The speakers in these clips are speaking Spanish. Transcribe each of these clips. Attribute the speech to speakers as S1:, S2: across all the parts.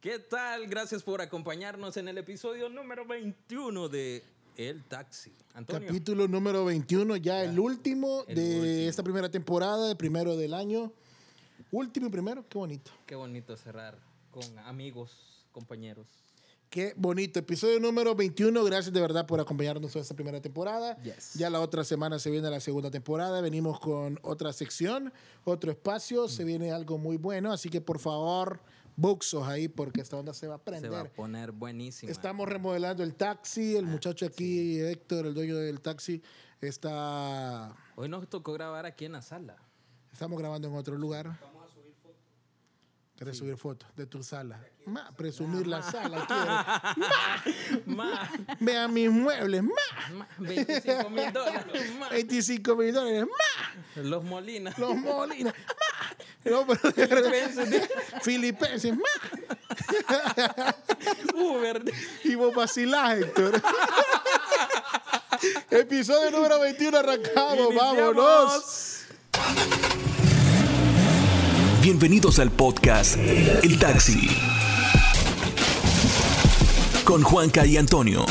S1: ¿Qué tal? Gracias por acompañarnos en el episodio número 21 de El Taxi. Antonio.
S2: Capítulo número 21, ya, el último
S1: el
S2: de
S1: último.
S2: esta primera temporada, el primero del año. Último y primero, qué bonito.
S1: Qué bonito cerrar con amigos, compañeros.
S2: Qué bonito. Episodio número 21. Gracias de verdad por acompañarnos en esta primera temporada.
S1: Yes.
S2: Ya la otra semana se viene la segunda temporada. Venimos con otra sección, otro espacio.
S1: Mm.
S2: Se viene algo muy bueno. Así que por favor, buxos ahí porque esta onda se va a
S1: Se va a
S2: prender.
S1: poner buenísimo.
S2: Estamos remodelando el taxi.
S1: Ah,
S2: El muchacho aquí, Héctor, el dueño del taxi, está...
S1: Hoy nos tocó grabar aquí en la sala.
S2: Estamos grabando en otro lugar. Vamos a subir fotos. ¿Quieres subir fotos de tu sala? Ma, presumir la sala. ¿quieres?
S1: Más,
S2: Vean mis muebles. Ma.
S1: más, 25 mil dólares. más.
S2: 25 mil dólares más.
S1: Los Molina.
S2: Los Molina más. No, pero de verdad,
S1: Filipenses,
S2: Filipenses más.
S1: Uber.
S2: Y vos vacilás, Héctor. Episodio número 21, arrancamos,
S1: Iniciamos.
S2: vámonos.
S3: Bienvenidos al podcast El Taxi. Con Juanca y Antonio.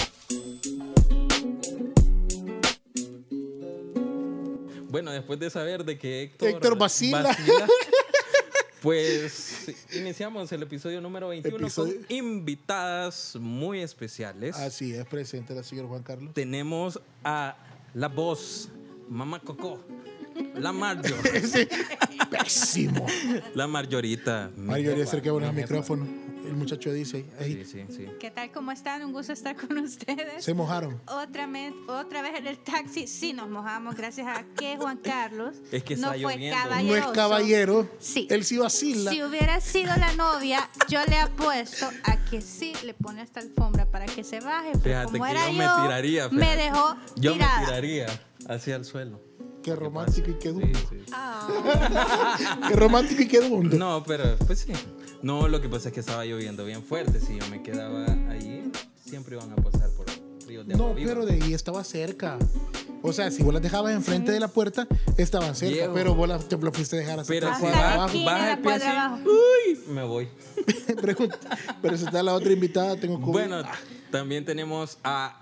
S1: Bueno, después de saber de que Héctor,
S2: Héctor vacila.
S1: pues iniciamos el episodio número 21
S2: Episodio.
S1: con invitadas muy especiales.
S2: Así es, presente la señora Juan Carlos.
S1: Tenemos a la voz, Mamá Coco, la Marjo,
S2: Ese pésimo.
S1: la Marjorita. mi
S2: Mario, le
S1: jefa,
S2: acerquemos al
S1: mi jefa.
S2: micrófono. El muchacho dice,
S1: Sí,
S2: ahí,
S1: sí, sí.
S4: ¿Qué tal? ¿Cómo están? Un gusto estar con ustedes.
S2: se mojaron.
S4: Otra, vez, otra vez en el taxi, sí nos mojamos gracias a que Juan Carlos
S1: Es que
S4: no
S1: está
S4: fue
S1: lloviendo.
S2: No
S4: caballero.
S2: es caballero.
S4: Sí.
S2: Él sí vacila.
S4: Si hubiera sido la novia, yo le apuesto a que sí le pone esta alfombra para que se baje. pero
S1: Fíjate
S4: como
S1: que
S4: era
S1: yo me
S4: yo,
S1: tiraría,
S4: Me
S1: fíjate.
S4: dejó
S1: Yo me
S4: tirada.
S1: tiraría hacia el suelo.
S2: Qué romántico y qué
S1: Sí,
S2: duro.
S1: sí.
S4: Ah,
S2: Qué romántico y qué duro.
S1: No, pero pues sí. No, lo que pasa es que estaba lloviendo bien fuerte. Si yo me quedaba ahí, siempre iban a pasar por ríos de agua
S2: No,
S1: viva.
S2: pero de ahí estaba cerca. O sea, si vos las dejabas enfrente de la puerta, estaban cerca,
S1: Viejo.
S2: pero vos las, te lo fuiste a dejar así.
S1: Pero
S2: tal
S1: si
S2: cual
S4: Hasta
S1: bajas,
S2: abajo.
S4: aquí.
S1: bajas el pie
S4: cuadra
S1: así,
S4: abajo.
S1: uy, me voy.
S2: Pregunta, pero si está la otra invitada, tengo que...
S1: Bueno, también tenemos a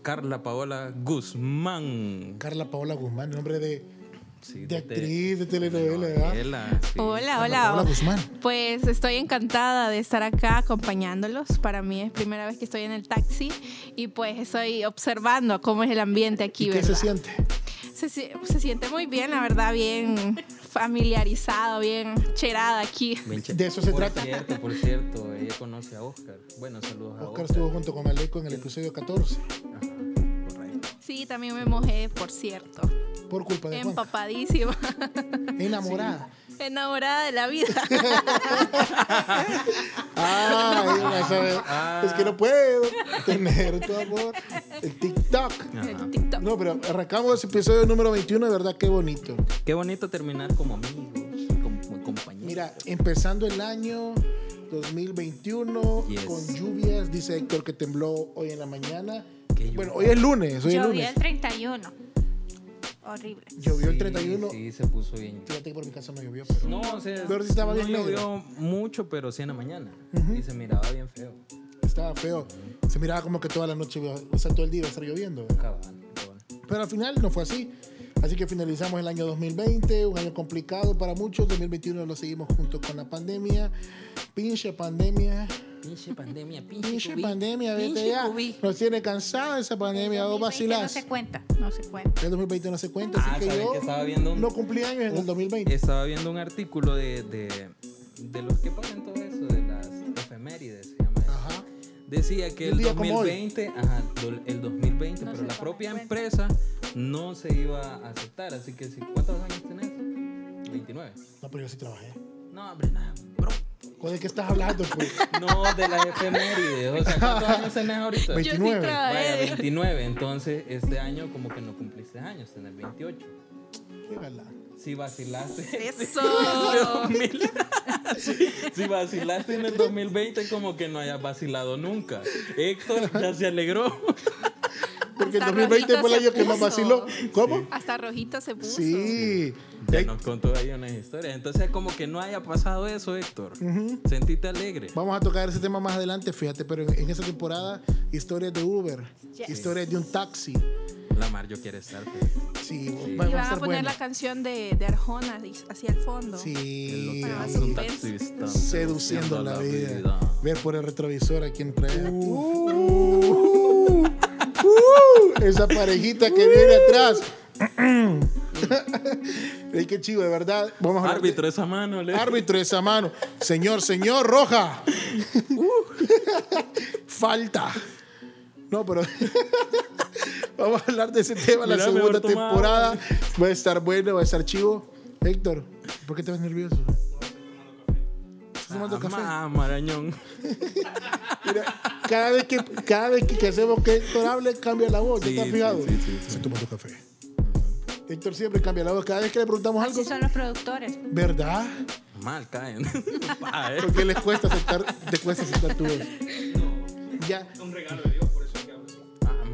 S1: Carla Paola Guzmán.
S2: Carla Paola Guzmán, nombre de...
S1: Sí,
S2: De actriz, de telenovela, ¿verdad?
S1: telenovela, sí.
S5: Hola,
S2: Carla
S5: hola.
S2: Paola Guzmán.
S5: Pues estoy encantada de estar acá acompañándolos. Para mí es primera vez que estoy en el taxi y pues estoy observando cómo es el ambiente
S2: ¿Y
S5: aquí,
S2: qué
S5: ¿verdad?
S2: se siente?
S5: Se si- se siente muy bien, la verdad, bien familiarizado, bien cherada aquí.
S1: Bien ch-
S2: De eso se
S1: por
S2: trata.
S1: cierto, por cierto, ella conoce a Oscar. Bueno, saludos a
S2: Oscar
S1: Oscar.
S2: estuvo junto con Aleco en el episodio 14,
S1: Ajá, correcto.
S5: Sí, también me mojé, por cierto.
S2: por culpa de Juan.
S5: Empapadísima,
S2: Enamorada.
S5: enamorada de la vida.
S2: Ah, ya sabes.
S1: Ah.
S2: Es que no puedo tener tu amor. El TikTok.
S5: El TikTok.
S2: No, pero arrancamos ese episodio número 21, de verdad, qué bonito.
S1: Qué bonito terminar como amigos, como, como compañeros.
S2: Mira, empezando el año 2021
S1: Yes.
S2: con lluvias, dice Héctor que tembló hoy en la mañana.
S1: Qué lluvia.
S2: Bueno, hoy es lunes, hoy es
S4: llovió
S2: lunes.
S4: el 31. Horrible.
S2: Llovió el
S1: Sí,
S2: 31.
S1: Sí, se puso bien.
S2: Fíjate que por mi casa no llovió, pero
S1: No, o sea,
S2: Pero sí estaba
S1: no
S2: bien negro.
S1: llovió mucho, pero sí en la mañana. Y se miraba bien feo.
S2: estaba feo. Se miraba como que toda la noche, o sea, todo el día iba a estar lloviendo. ¿verdad?
S1: Cabal, cabal.
S2: Pero al final no fue así. Así que finalizamos el año 2020, un año complicado para muchos. 2021 lo seguimos junto con la pandemia. Pinche pandemia.
S1: Pinche pandemia, pinche,
S2: Pinche
S1: COVID.
S2: pandemia, vete
S1: Pinche
S2: ya.
S1: COVID.
S2: Nos tiene cansada esa pandemia, vos
S4: 2020 No
S2: vacilás.
S4: se cuenta, no se cuenta.
S2: El 2020 no se cuenta,
S1: Ah,
S2: así que
S1: ¿sabes
S2: yo
S1: que estaba viendo Uh, un-
S2: no cumplí años en el 2020.
S1: Estaba viendo un artículo de, de, de los que ponen todo eso, de las efemérides, se llama eso.
S2: Ajá.
S1: Decía que
S2: Un
S1: el
S2: día como
S1: 2020, ajá, do- el 2020,
S4: No
S1: pero
S4: se
S1: la
S4: toma
S1: propia
S4: en cuenta.
S1: empresa no se iba a aceptar. Así que, si, ¿cuántos años tenés? 29.
S2: No, pero yo sí trabajé.
S1: No, hombre, nada, bro.
S2: ¿O de qué estás hablando, pues?
S1: No, de las efemérides. O sea, ¿cuántos años tenés ahorita?
S2: Veinte-
S5: Yo sí
S2: 29.
S1: Vaya,
S5: trabajé.
S1: 29. Entonces, este año como que no cumpliste años, tenés 28.
S2: Qué galán.
S1: Si vacilaste.
S5: Eso.
S1: 2000. Sí, si vacilaste en el 2020, como que no hayas vacilado nunca. Héctor ya se alegró.
S2: Porque el
S5: Hasta
S2: 2020 fue el año
S5: rojito
S2: que
S5: se
S2: más vaciló.
S5: puso.
S2: ¿Cómo?
S5: Hasta rojito se puso.
S2: Sí.
S1: Ya nos contó ahí unas historias. Entonces, como que no haya pasado eso, Héctor. Sentite alegre.
S2: Vamos a tocar ese tema más adelante, fíjate, pero en, en esa temporada, historias de Uber,
S4: Yes.
S2: historias de un taxi.
S1: La Mar, yo quiero estar. pues,
S2: Sí, va,
S5: Y
S2: va
S5: van
S2: a
S5: a
S2: ser
S5: poner
S2: bueno.
S5: la canción de, de Arjona dis- hacia el fondo.
S2: Sí.
S5: Ah,
S1: es
S5: sí.
S1: un taxista.
S2: Seduciendo la vida. Ver por el retrovisor a quién trae. Uh, uh, esa parejita que viene atrás. Ay, qué chivo, de verdad. Vamos a hablar de-
S1: Árbitro, esa mano. le-
S2: Árbitro esa mano. Señor, señor, roja.
S1: Uh.
S2: Falta. No, pero. Vamos a hablar de ese tema la
S1: Mira,
S2: segunda
S1: mejor tomado.
S2: temporada. Va a estar bueno, va a estar chivo. Héctor, ¿por qué te ves nervioso? ¿Estás tomando
S1: Ah,
S2: café?
S1: ma- marañón.
S2: Mira, cada vez que, cada vez que, que hacemos que Héctor hable, cambia la voz. ¿Te
S1: Sí,
S2: estás
S1: sí,
S2: fijado?
S1: sí, sí, sí.
S2: Estoy tomando café. Héctor siempre cambia la voz. Cada vez que le preguntamos algo,
S4: Así son los productores.
S2: ¿verdad?
S1: Mal caen. Pa, eh.
S2: Porque les cuesta aceptar, te cuesta aceptar tu voz. Ya. Un regalo de Dios, por eso que hablo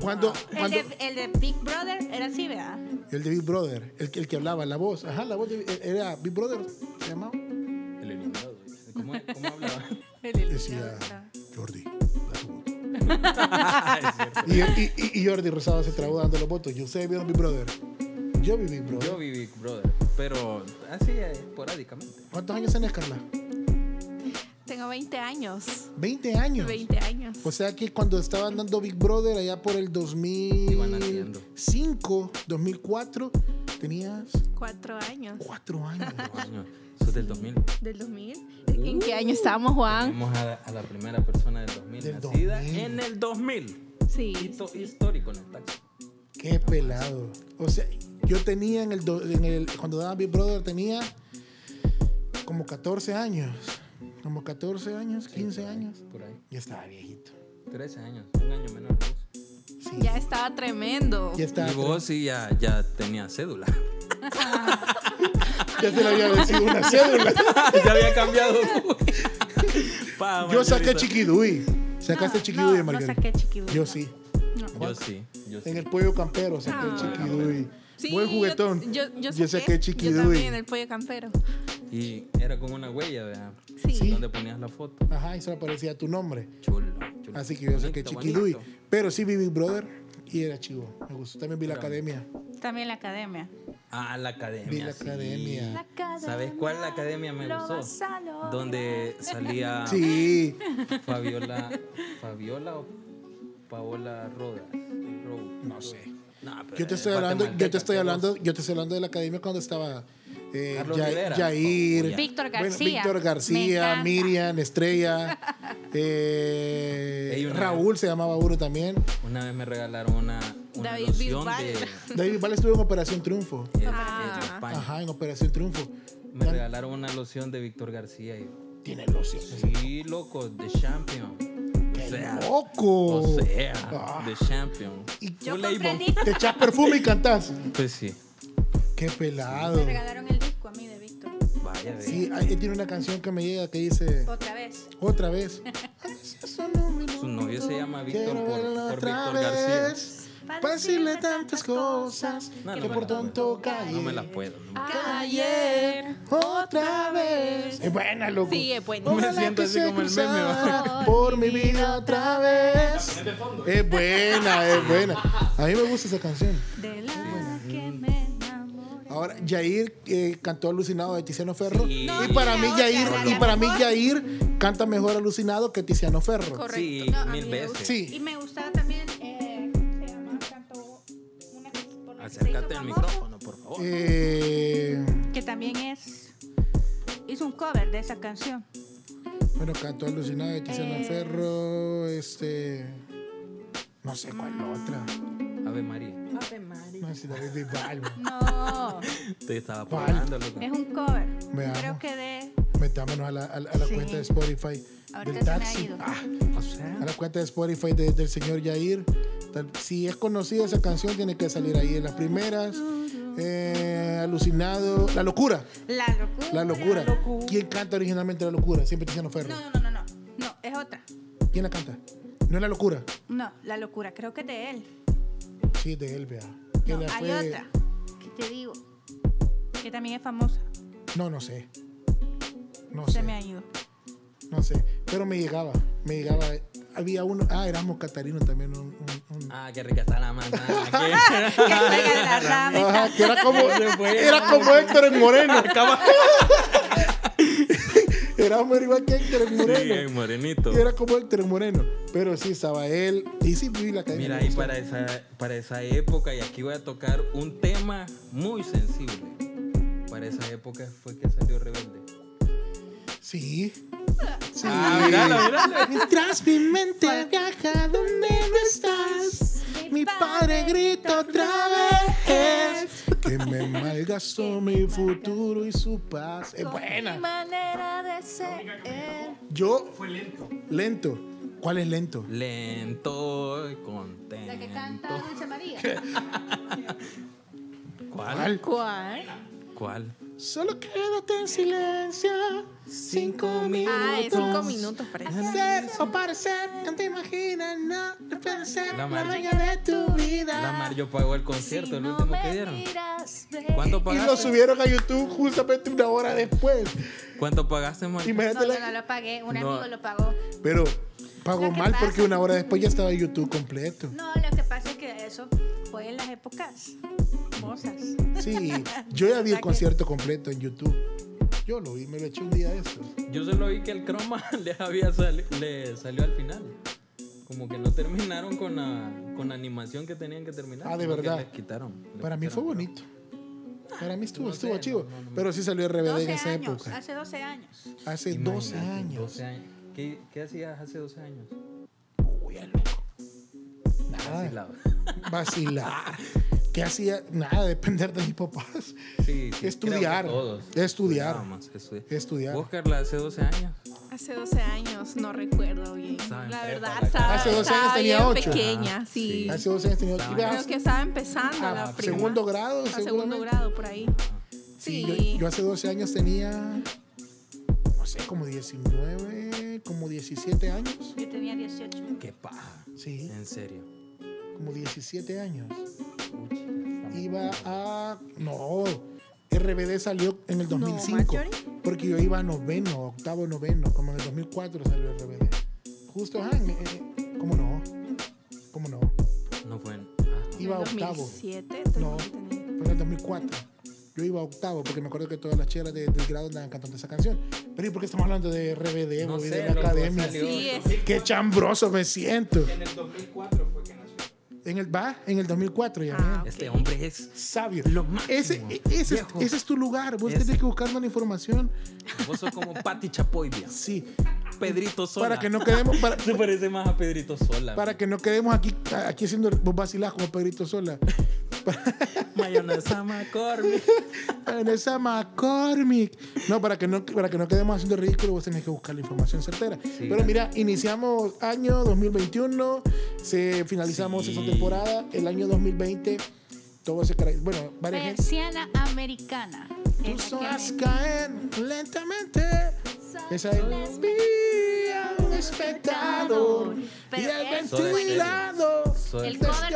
S2: Cuando,
S4: Ah. El
S2: cuando,
S4: de, el de Big Brother era así, ¿verdad?
S2: el de Big Brother, el, que- el que hablaba, la voz. Ajá, la voz de, e-, era Big Brother, se llamaba.
S1: El eliminado. ¿Cómo, cómo hablaba?
S2: Decía Jordi, da tu voto. y, y- y- y Jordi Rosado se trabó dando los votos. Yo sé, vieron Big Brother. Yo vi Big Brother.
S1: Yo vi Big Brother, pero así eh, esporádicamente.
S2: ¿Cuántos años tenés, Carla?
S5: Tengo 20 años.
S2: 20 años.
S5: 20 años.
S2: O sea que cuando estaban dando Big Brother allá por el
S1: Iban haciendo.
S2: 2005, 2004, tenías
S5: Cuatro años.
S2: cuatro años.
S1: Coño, Ah, Eso es del 2000.
S5: ¿Del 2000?
S2: Uh.
S5: ¿En qué año estábamos,
S4: Ah.
S5: Juan?
S1: Tenemos a, a la primera persona del 2000
S2: Del
S1: nacida
S2: 2000.
S1: en el 2000.
S2: Em,
S5: Sí.
S1: Hito histórico en el taxi.
S2: Qué pelado. O sea, yo tenía en el, do- en el- cuando daban Big Brother tenía como 14 años. Como 14 años, 15 años.
S1: Por ahí.
S2: Ya estaba viejito.
S1: 13 años, un año menor. que vos.
S2: Sí.
S5: Ya estaba tremendo.
S2: Ya estaba.
S1: Y vos sí ya, ya tenía cédula.
S2: Ya se le había vencido una cédula.
S1: ya había cambiado. Pa,
S2: Yo
S1: Margarita.
S2: saqué Chiquiduy. Sacaste
S4: No,
S2: Chiquiduy,
S4: no, no
S2: Margarita.
S4: saqué Chiquiduy.
S2: Yo sí.
S1: Yo sí, yo sí.
S2: En el pollo campero saqué
S5: Ah.
S2: Chiquiduy.
S5: Sí,
S2: Buen juguetón.
S5: Yo, yo, yo
S2: Yo saqué
S5: Yo
S2: Chiquiduy.
S5: también, el pollo campero.
S1: Y era con una huella, ¿verdad?
S5: Sí.
S2: Sí.
S1: Donde ponías la foto.
S2: Ajá, y solo aparecía tu nombre.
S1: Chulo, chulo.
S2: Así que yo saqué
S1: Bonito,
S2: Chiquiduy.
S1: bonito.
S2: Pero sí vi Big Brother y era chivo. Me gustó. También vi la academia.
S4: También la academia.
S1: Ah, la academia.
S2: Vi la
S1: sí.
S2: academia. La
S1: ¿Sabes cuál la academia me
S4: lo
S1: gustó?
S4: vas a lograr.
S1: Donde salía
S2: Sí.
S1: Fabiola, Fabiola o Paola Rodas.
S2: No sé. Yo te estoy hablando, yo te estoy hablando, yo te estoy hablando de la academia cuando estaba eh,
S1: Carlos
S2: Ya-
S1: Rivera.
S2: Yair,
S1: Oh, ya.
S4: Víctor
S2: bueno,
S4: García.
S2: Víctor
S4: Me
S2: García,
S4: encanta.
S2: Miriam, Estrella, eh,
S1: Ey, una-
S2: Raúl se llamaba uno también.
S1: Una vez me regalaron una, una
S5: David
S1: loción
S5: Bisbal.
S1: de.
S2: David Vale estuvo en Operación Triunfo.
S1: eh,
S5: Ah.
S1: eh, España.
S2: Ajá, en Operación Triunfo.
S1: Me regalaron una loción de Víctor García. Y,
S2: Tiene los hijos.
S1: sí, loco, The Champion. O sea,
S2: ¡Loco!
S1: o sea,
S2: Oh. Ah.
S1: The Champion.
S4: Yo
S1: Full
S4: compré el
S1: Avon.
S4: disco.
S2: Te echas perfume y cantás.
S1: Pues sí,
S2: ¡Qué pelado!
S4: Me regalaron el disco a mí de Víctor.
S1: vaya de.
S2: Sí, ahí tiene una canción que me llega que dice
S4: Otra vez.
S2: otra vez. Eso no me
S1: Su novio se llama Víctor
S2: Quiero
S1: por-
S2: verlo
S1: por
S2: otra
S1: Víctor García.
S2: vez, Para decirle tantas cosas
S1: No, no
S2: que
S1: me
S2: por
S1: la puedo.
S2: tanto calle.
S1: No me la puedo.
S5: Ah.
S1: no me-
S5: Ayer.
S2: Otra vez. Es buena, loco.
S5: Sí, es buena.
S2: Ojalá
S1: Me siento
S2: que
S1: así
S2: se
S1: como el meme, va.
S2: cruzara Por mi vida otra vez. Es buena, es buena. A mí me gusta esa canción.
S4: De la que me enamoré.
S2: Em. Ahora, Jair eh, cantó Alucinado de Tiziano Ferro.
S1: Sí.
S2: Y para mí,
S4: No,
S2: Jair,
S4: ya,
S2: y
S4: ya,
S2: para mí,
S4: mejor.
S2: Jair canta mejor Alucinado que Tiziano Ferro.
S5: Correcto.
S1: Sí,
S5: No, a
S1: mil
S5: mí me
S1: veces.
S4: Y
S2: Sí.
S4: me gustaba también, eh, ¿cómo se llama? Cantó una que- por la que se hizo
S1: Acércate al
S4: famoso,
S1: micrófono, por favor.
S2: Eh,
S4: Que también es. Hizo un cover de esa canción.
S2: bueno, cantó Alucinado de Tiziano
S4: Eh.
S2: Ferro. Este. No sé cuál
S4: Mm.
S2: otra.
S1: Ave María.
S2: No sé si David Bisbal.
S4: No,
S1: Te estaba
S2: ¿Cuál?
S1: pagando, loco.
S4: es un cover.
S2: Veamos.
S4: Creo que de.
S2: Metámonos a la, a la- a la
S4: Sí.
S2: cuenta de Spotify
S4: Ahorita se
S2: del
S4: me ha
S2: taxi.
S4: ido.
S2: Ah,
S1: O sea,
S2: a la cuenta de Spotify de- del señor Yair. Tal- Si es conocida esa canción, tiene que salir ahí en las primeras. Eh, alucinado. La locura.
S4: La locura.
S2: La locura. ¿Quién canta originalmente La locura? Siempre Tiziano Ferro.
S4: No, no, no, no, no. No, es otra.
S2: ¿Quién la canta? No es La locura.
S4: No, la locura, creo que es de él.
S2: Sí, de él, vea. Que
S4: No,
S2: la
S4: hay
S2: fue-
S4: otra que te digo, que también es famosa.
S2: No, no sé. No
S4: Se
S2: sé.
S4: me ha ido.
S2: No sé. Pero me llegaba. Me llegaba. Había uno. Ah, Erasmo Catarino también. Un, un- un-
S1: Ah, qué rica está la manzana.
S4: Que juega en la rama.
S2: Ajá, que era como,
S1: Se fue.
S2: era como Héctor en Moreno. Erasmo era igual que Héctor en
S1: qué- Sí,
S2: Moreno.
S1: el morenito.
S2: Y era como Héctor en Moreno. Pero sí, estaba él. Y sí, vi la cadena.
S1: Mira, ahí para esa, para esa época, y aquí voy a tocar un tema muy sensible. Para esa época fue que salió Rebelde.
S2: Sí. Sí.
S1: Ah, míralo, míralo.
S2: Mientras mi mente viaja donde no estás, mi padre grita otra vez que me malgastó mi futuro y su paz. Es
S4: Mi
S2: buena.
S4: manera de ser.
S2: Yo. Fue lento. Lento. ¿Cuál es lento?
S1: Lento y contento.
S4: La que canta Dulce María.
S1: ¿Cuál?
S5: ¿Cuál?
S1: ¿Cuál?
S2: Solo quédate en silencio. Cinco minutos.
S5: Ah, es cinco minutos, parece.
S2: Hacer o parecer, no te imaginas, no pensar
S1: La
S2: la
S1: Mar-
S2: magia de tu vida.
S1: La Mario pagó el concierto, el último que dieron. ¿Cuánto
S2: Y lo
S1: pagaste?
S2: subieron a YouTube justamente una hora después.
S1: ¿Cuánto pagaste, Mario?
S4: No,
S2: Imagínate
S4: yo
S2: la-
S4: no lo pagué, un
S1: No.
S4: amigo lo pagó.
S2: Pero pagó
S4: Lo que
S2: mal
S4: pasa-
S2: porque una hora después ya estaba YouTube completo.
S4: No, lo que pasa es que eso fue en las épocas hermosas.
S2: Sí, yo ya vi
S4: O sea
S2: el
S4: que-
S2: concierto completo en YouTube. Yo lo vi, me lo eché un día de estos.
S1: Yo solo vi que el croma le, había sali- le salió al final. Como que no terminaron con la, con la animación que tenían que terminar.
S2: Ah, de
S1: sino que
S2: verdad.
S1: les quitaron. les
S2: Para mí fue
S1: quitaron.
S2: bonito. Para mí estuvo,
S1: No sé,
S2: estuvo chivo.
S1: no, no, no.
S2: Pero sí salió RBD
S4: 12
S2: en esa
S4: años,
S2: época.
S4: hace 12 años.
S2: Hace 12
S1: Imagínate,
S2: años.
S1: 12 años. ¿Qué, qué hacías hace 12 años?
S2: Uy, a loco. Nada.
S1: Vacilaba.
S2: Vacilar. ¿Qué hacía? Nada, depender de mis papás.
S1: Sí, sí, creo que
S2: Estudiar.
S1: todos.
S2: Estudiar.
S1: Estudiábamos, estudiar.
S2: Estudiar.
S1: Vos, Carla, hace 12 años.
S5: Hace 12 años, no recuerdo bien.
S1: Estaba en
S5: La
S1: prepa,
S5: verdad,
S1: la
S5: estaba,
S2: Hace 12 años
S5: estaba
S2: tenía
S5: bien
S2: ocho.
S5: pequeña,
S1: Ajá,
S5: sí.
S1: sí.
S2: Hace 12 años tenía.
S1: Claro.
S2: Vea,
S5: Creo que estaba empezando la
S2: Ah,
S5: prima.
S2: segundo grado,
S5: A segundo
S2: seguramente.
S5: grado, por ahí.
S1: Ah,
S2: Sí,
S5: Sí.
S2: yo- yo, hace 12 años tenía, no sé, como 19, como 17 años.
S4: Yo tenía 18.
S1: Qué paja.
S2: Sí,
S1: En serio.
S2: como 17 años.
S1: Pucha, estamos-
S2: Iba a... No, RBD salió en el 2005.
S5: Marjorie.
S2: porque yo iba a noveno, octavo, noveno, como en el 2004 salió RBD. Justo, ajá, en- en- en- ¿cómo no? ¿Cómo no?
S1: No fue. en- ah,
S2: Iba a
S5: En
S2: octavo.
S5: 2007,
S2: No.
S5: tenía-
S2: Fue en el 2004. Yo iba a octavo, porque me acuerdo que todas las cheras de- del grado andaban cantando esa canción. Pero ¿y por qué estamos hablando de RBD,
S1: No
S2: güey,
S1: sé,
S2: de la
S1: loco,
S2: academia?
S1: salió.
S5: Sí, es
S2: Qué chambroso me siento.
S6: En el 2004 fue que nació.
S2: En el va, en el 2004 ya.
S5: Ah,
S2: ven.
S1: Este
S5: ok.
S1: hombre es.
S2: Sabio.
S1: Lo máximo,
S2: ese, e- ese, es,
S1: viejo.
S2: ese es tu lugar. Vos
S1: Ese.
S2: tenés que buscar la información.
S1: Vos sos como Pati Chapoivia.
S2: Sí.
S1: Pedrito Sola.
S2: Para que no quedemos para,
S1: Se parece más a Pedrito Sola.
S2: para que no quedemos aquí aquí haciendo vos vacilás como Pedrito Sola.
S1: Mayonesa McCormick.
S2: Vanessa McCormick. No, para que no para que no quedemos haciendo ridículo, vos tenés que buscar la información certera. Pero
S1: claro.
S2: mira, iniciamos año 2021, se finalizamos
S1: Sí.
S2: esa temporada, el año 2020 todo se cara- bueno, varias
S4: Pues,
S2: gente-
S4: Persiana americana.
S2: Tú
S4: Es la que
S2: solas
S4: me-
S2: caen lentamente. Esa es vi a un espectador y
S4: Pero
S2: el
S4: es
S2: ventilado
S1: Soy-
S4: El cover de él es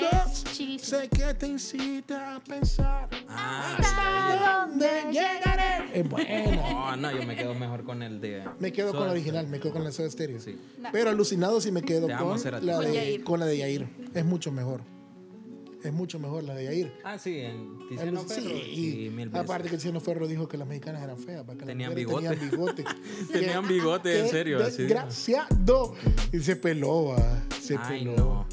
S2: desgarrando.
S4: chidísimo.
S2: Sé que te incita a pensar
S1: Ah,
S2: hasta dónde
S1: Eh,
S2: llegaré. Es bueno.
S1: No, Oh, no, yo me quedo mejor con el de.
S2: Me quedo con
S1: Soda
S2: la original, me quedo con la Soda Stereo.
S1: Sí.
S2: Pero alucinado sí me quedo
S1: Te amo,
S2: con
S1: Cerati.
S2: la
S1: Con
S2: de,
S5: Yair.
S2: con la de Yair. Es mucho mejor. Es mucho mejor la de Yair.
S1: Ah, sí, en Tiziano
S2: Algo-
S1: Ferro.
S2: Sí,
S1: Sí, mil veces.
S2: aparte que el Cieno Ferro dijo que las mexicanas eran feas, para que las
S1: Tenían
S2: mujeres
S1: bigote.
S2: tenían bigote.
S1: Tenían bigote, en serio, así dijo.
S2: Desgraciado. Y se peló, va, se
S1: Ay,
S2: peló.
S1: no.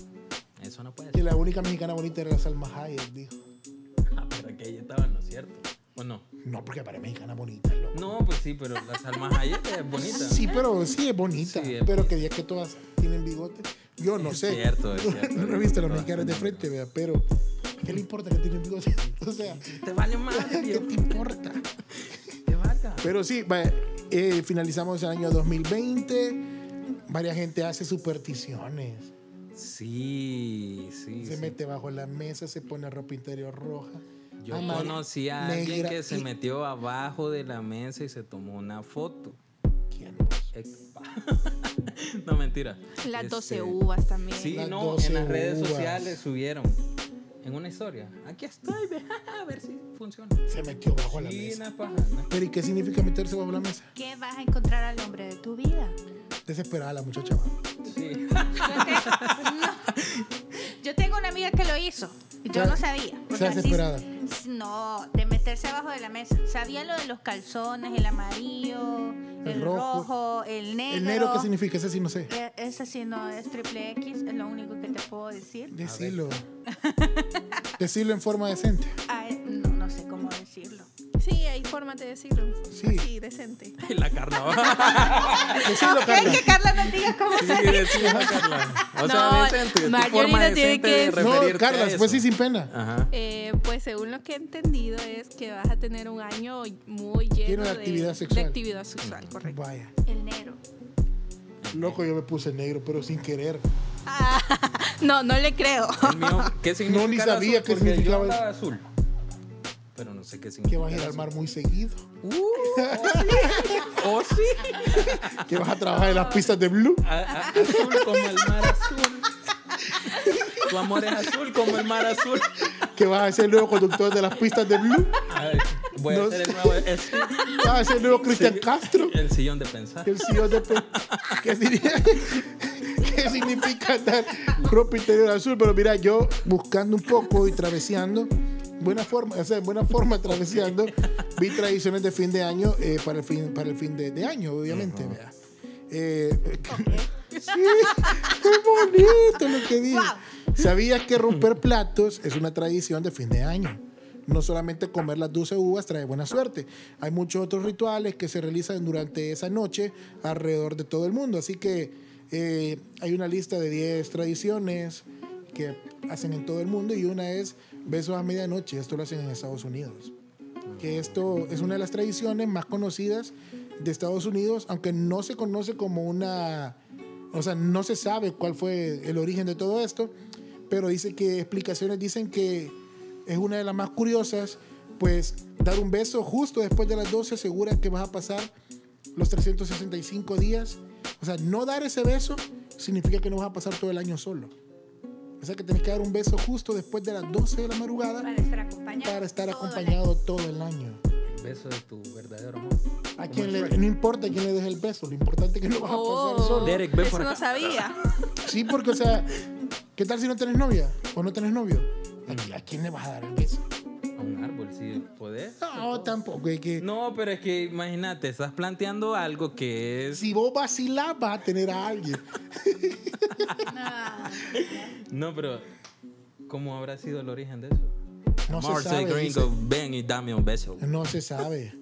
S1: Eso no puede
S2: Que
S1: ser.
S2: la única mexicana bonita era la Salma Hayek, dijo.
S1: Ah, pero que ella estaba, ¿no es cierto? ¿O no?
S2: No, porque para mexicana bonita, loco.
S1: No, pues sí, pero la Salma Hayek es eh, bonita.
S2: Sí, pero sí es bonita.
S1: Sí, es
S2: pero que diga que todas tienen bigote. Yo no
S1: Es
S2: sé.
S1: cierto, es cierto.
S2: no he visto a
S1: Todas
S2: las mexicanas de
S1: tienen
S2: frente, vea, pero ¿qué le importa que tienen bigote? o sea,
S1: Te vale madre,
S2: ¿qué
S1: viejo.
S2: te importa?
S1: Te valga.
S2: Pero sí, va, eh, finalizamos el año 2020. Varia gente hace supersticiones.
S1: Sí, sí.
S2: se
S1: sí.
S2: mete bajo la mesa, se pone ropa interior roja.
S1: Yo
S2: amarilla,
S1: conocí a alguien
S2: negra
S1: que se
S2: y-
S1: metió abajo de la mesa y se tomó una foto.
S2: ¿Quién?
S1: Ex- No, mentira.
S5: Las 12
S1: Este,
S5: uvas también.
S1: Sí,
S2: Las
S1: no,
S2: 12
S1: en las redes
S2: uvas.
S1: sociales subieron en una historia. Aquí estoy, ve, a ver si funciona.
S2: Se metió bajo la
S1: Y
S2: mesa.
S1: una paja, ¿no?
S2: Pero ¿y qué significa meterse bajo la mesa?
S4: ¿Qué vas a encontrar al hombre de tu vida?
S2: Desesperada la muchacha. va.
S1: Sí.
S4: Yo, te- pues no. Yo tengo una amiga que lo hizo. Yo
S2: Claro.
S4: no sabía. O sea, sí-
S2: desesperada.
S4: no, de meterse abajo de la mesa. Sabía lo de los calzones, el amarillo, el,
S2: El rojo.
S4: rojo, el negro.
S2: ¿El negro qué significa? Ese sí no sé.
S4: E- Ese sí no es triple X, es lo único que te puedo decir.
S2: Decilo. Decilo en forma decente.
S4: Ay, Ah, eh, no, no sé cómo decirlo.
S5: Sí, hay forma de decirlo.
S2: Sí.
S5: Así, decente.
S1: La carnaval.
S2: Decilo,
S4: Ok,
S2: Carla.
S4: que Carla nos diga cómo
S1: Sí,
S4: se
S1: decía Carla. O sea,
S5: No,
S1: decente. tu
S5: Marjorie
S1: forma
S5: no tiene
S1: decente
S5: que-
S1: de referirte
S2: No,
S1: a
S2: Carla,
S1: eso. Ah.
S2: pues sí, sin pena.
S1: Ajá.
S5: Eh, pues según lo que he entendido es que vas a tener un año muy lleno,
S2: de actividad sexual. Mm,
S5: De actividad sexual, correcto.
S2: Vaya.
S4: El negro.
S2: Loco, yo me puse negro, pero sin querer.
S5: Ah, No, no le creo.
S2: Ah,
S1: El mío, ¿qué significa?
S2: No, ni
S1: el
S2: sabía
S1: azul?
S2: qué
S1: Porque
S2: significaba
S1: Yo
S2: eso.
S1: andaba azul. Pero no sé qué significa.
S2: Que vas a ir
S1: el
S2: al mar
S1: azul.
S2: muy seguido.
S1: ¿O ¡Oh, sí?
S2: Que vas a trabajar en las pistas de blue.
S1: A- a- azul como el mar azul. Tu amor es azul como el mar azul.
S2: Que vas a ser el nuevo conductor de las pistas de blue.
S1: A ver, voy
S2: No
S1: a hacer
S2: sé.
S1: el nuevo. El, sillón-
S2: Vas a ser el nuevo Cristian Castro.
S1: el sillón de pensar.
S2: El CEO de Pe- ¿Qué, significa, ¿Qué significa andar ropa interior azul? Pero mira, yo buscando un poco y traveseando, buena forma, o sea, en buena forma traveseando, vi tradiciones de fin de año eh, para el fin, para el fin de, de año, obviamente. vea. Eh, sí, qué bonito lo que dije. ¿Sabías que romper platos es una tradición de fin de año? No solamente comer las 12 uvas trae buena suerte. Hay muchos otros rituales que se realizan durante esa noche alrededor de todo el mundo. Así que eh, hay una lista de 10 tradiciones que hacen en todo el mundo y una es besos a medianoche. Esto lo hacen en Estados Unidos que esto es una de las tradiciones más conocidas de Estados Unidos, aunque no se conoce como una, o sea, no se sabe cuál fue el origen de todo esto, pero dice que explicaciones dicen que es una de las más curiosas, pues dar un beso justo después de las 12 asegura que vas a pasar los 365 días, o sea, no dar ese beso significa que no vas a pasar todo el año solo. O sea que tenés que dar un beso justo después de las 12 de la madrugada
S4: Para estar acompañado.
S2: para estar
S4: todo el
S2: acompañado todo el año.
S1: El beso de tu verdadero amor.
S2: A quien le, no importa quién le deje el beso, lo importante es que lo vas a pasar
S5: Oh,
S2: pues solo.
S1: Derek, ve
S5: eso
S1: por
S5: no
S1: acá.
S5: sabía.
S2: Sí, porque, o sea, ¿qué tal si no tenés novia o no tenés novio? ¿A, qui- a quién le vas a dar el beso?
S1: A un árbol, si podés.
S2: No, tampoco. es que
S1: No, pero es que imagínate, estás planteando algo que es.
S2: Si vos vacilás, vas a tener a alguien.
S1: No, pero ¿cómo habrá sido el origen de eso?
S2: No se
S1: Marcy
S2: sabe.
S1: Gringo,
S2: dice. Em,
S1: ven y dame un beso.
S2: No se sabe.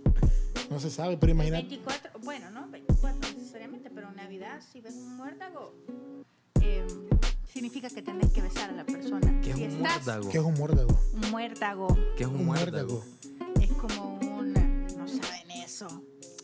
S2: No se sabe, pero
S4: año.
S2: imagínate.
S4: 24, bueno, no 24 necesariamente, pero en Navidad, si ves un muérdago, eh, significa que tenés que besar a la persona.
S1: ¿Qué es
S4: si
S1: un
S4: estás
S1: muérdago?
S2: ¿Qué es un muérdago?
S4: un muérdago,
S1: ¿Qué es un muérdago?
S4: es como un. No saben eso.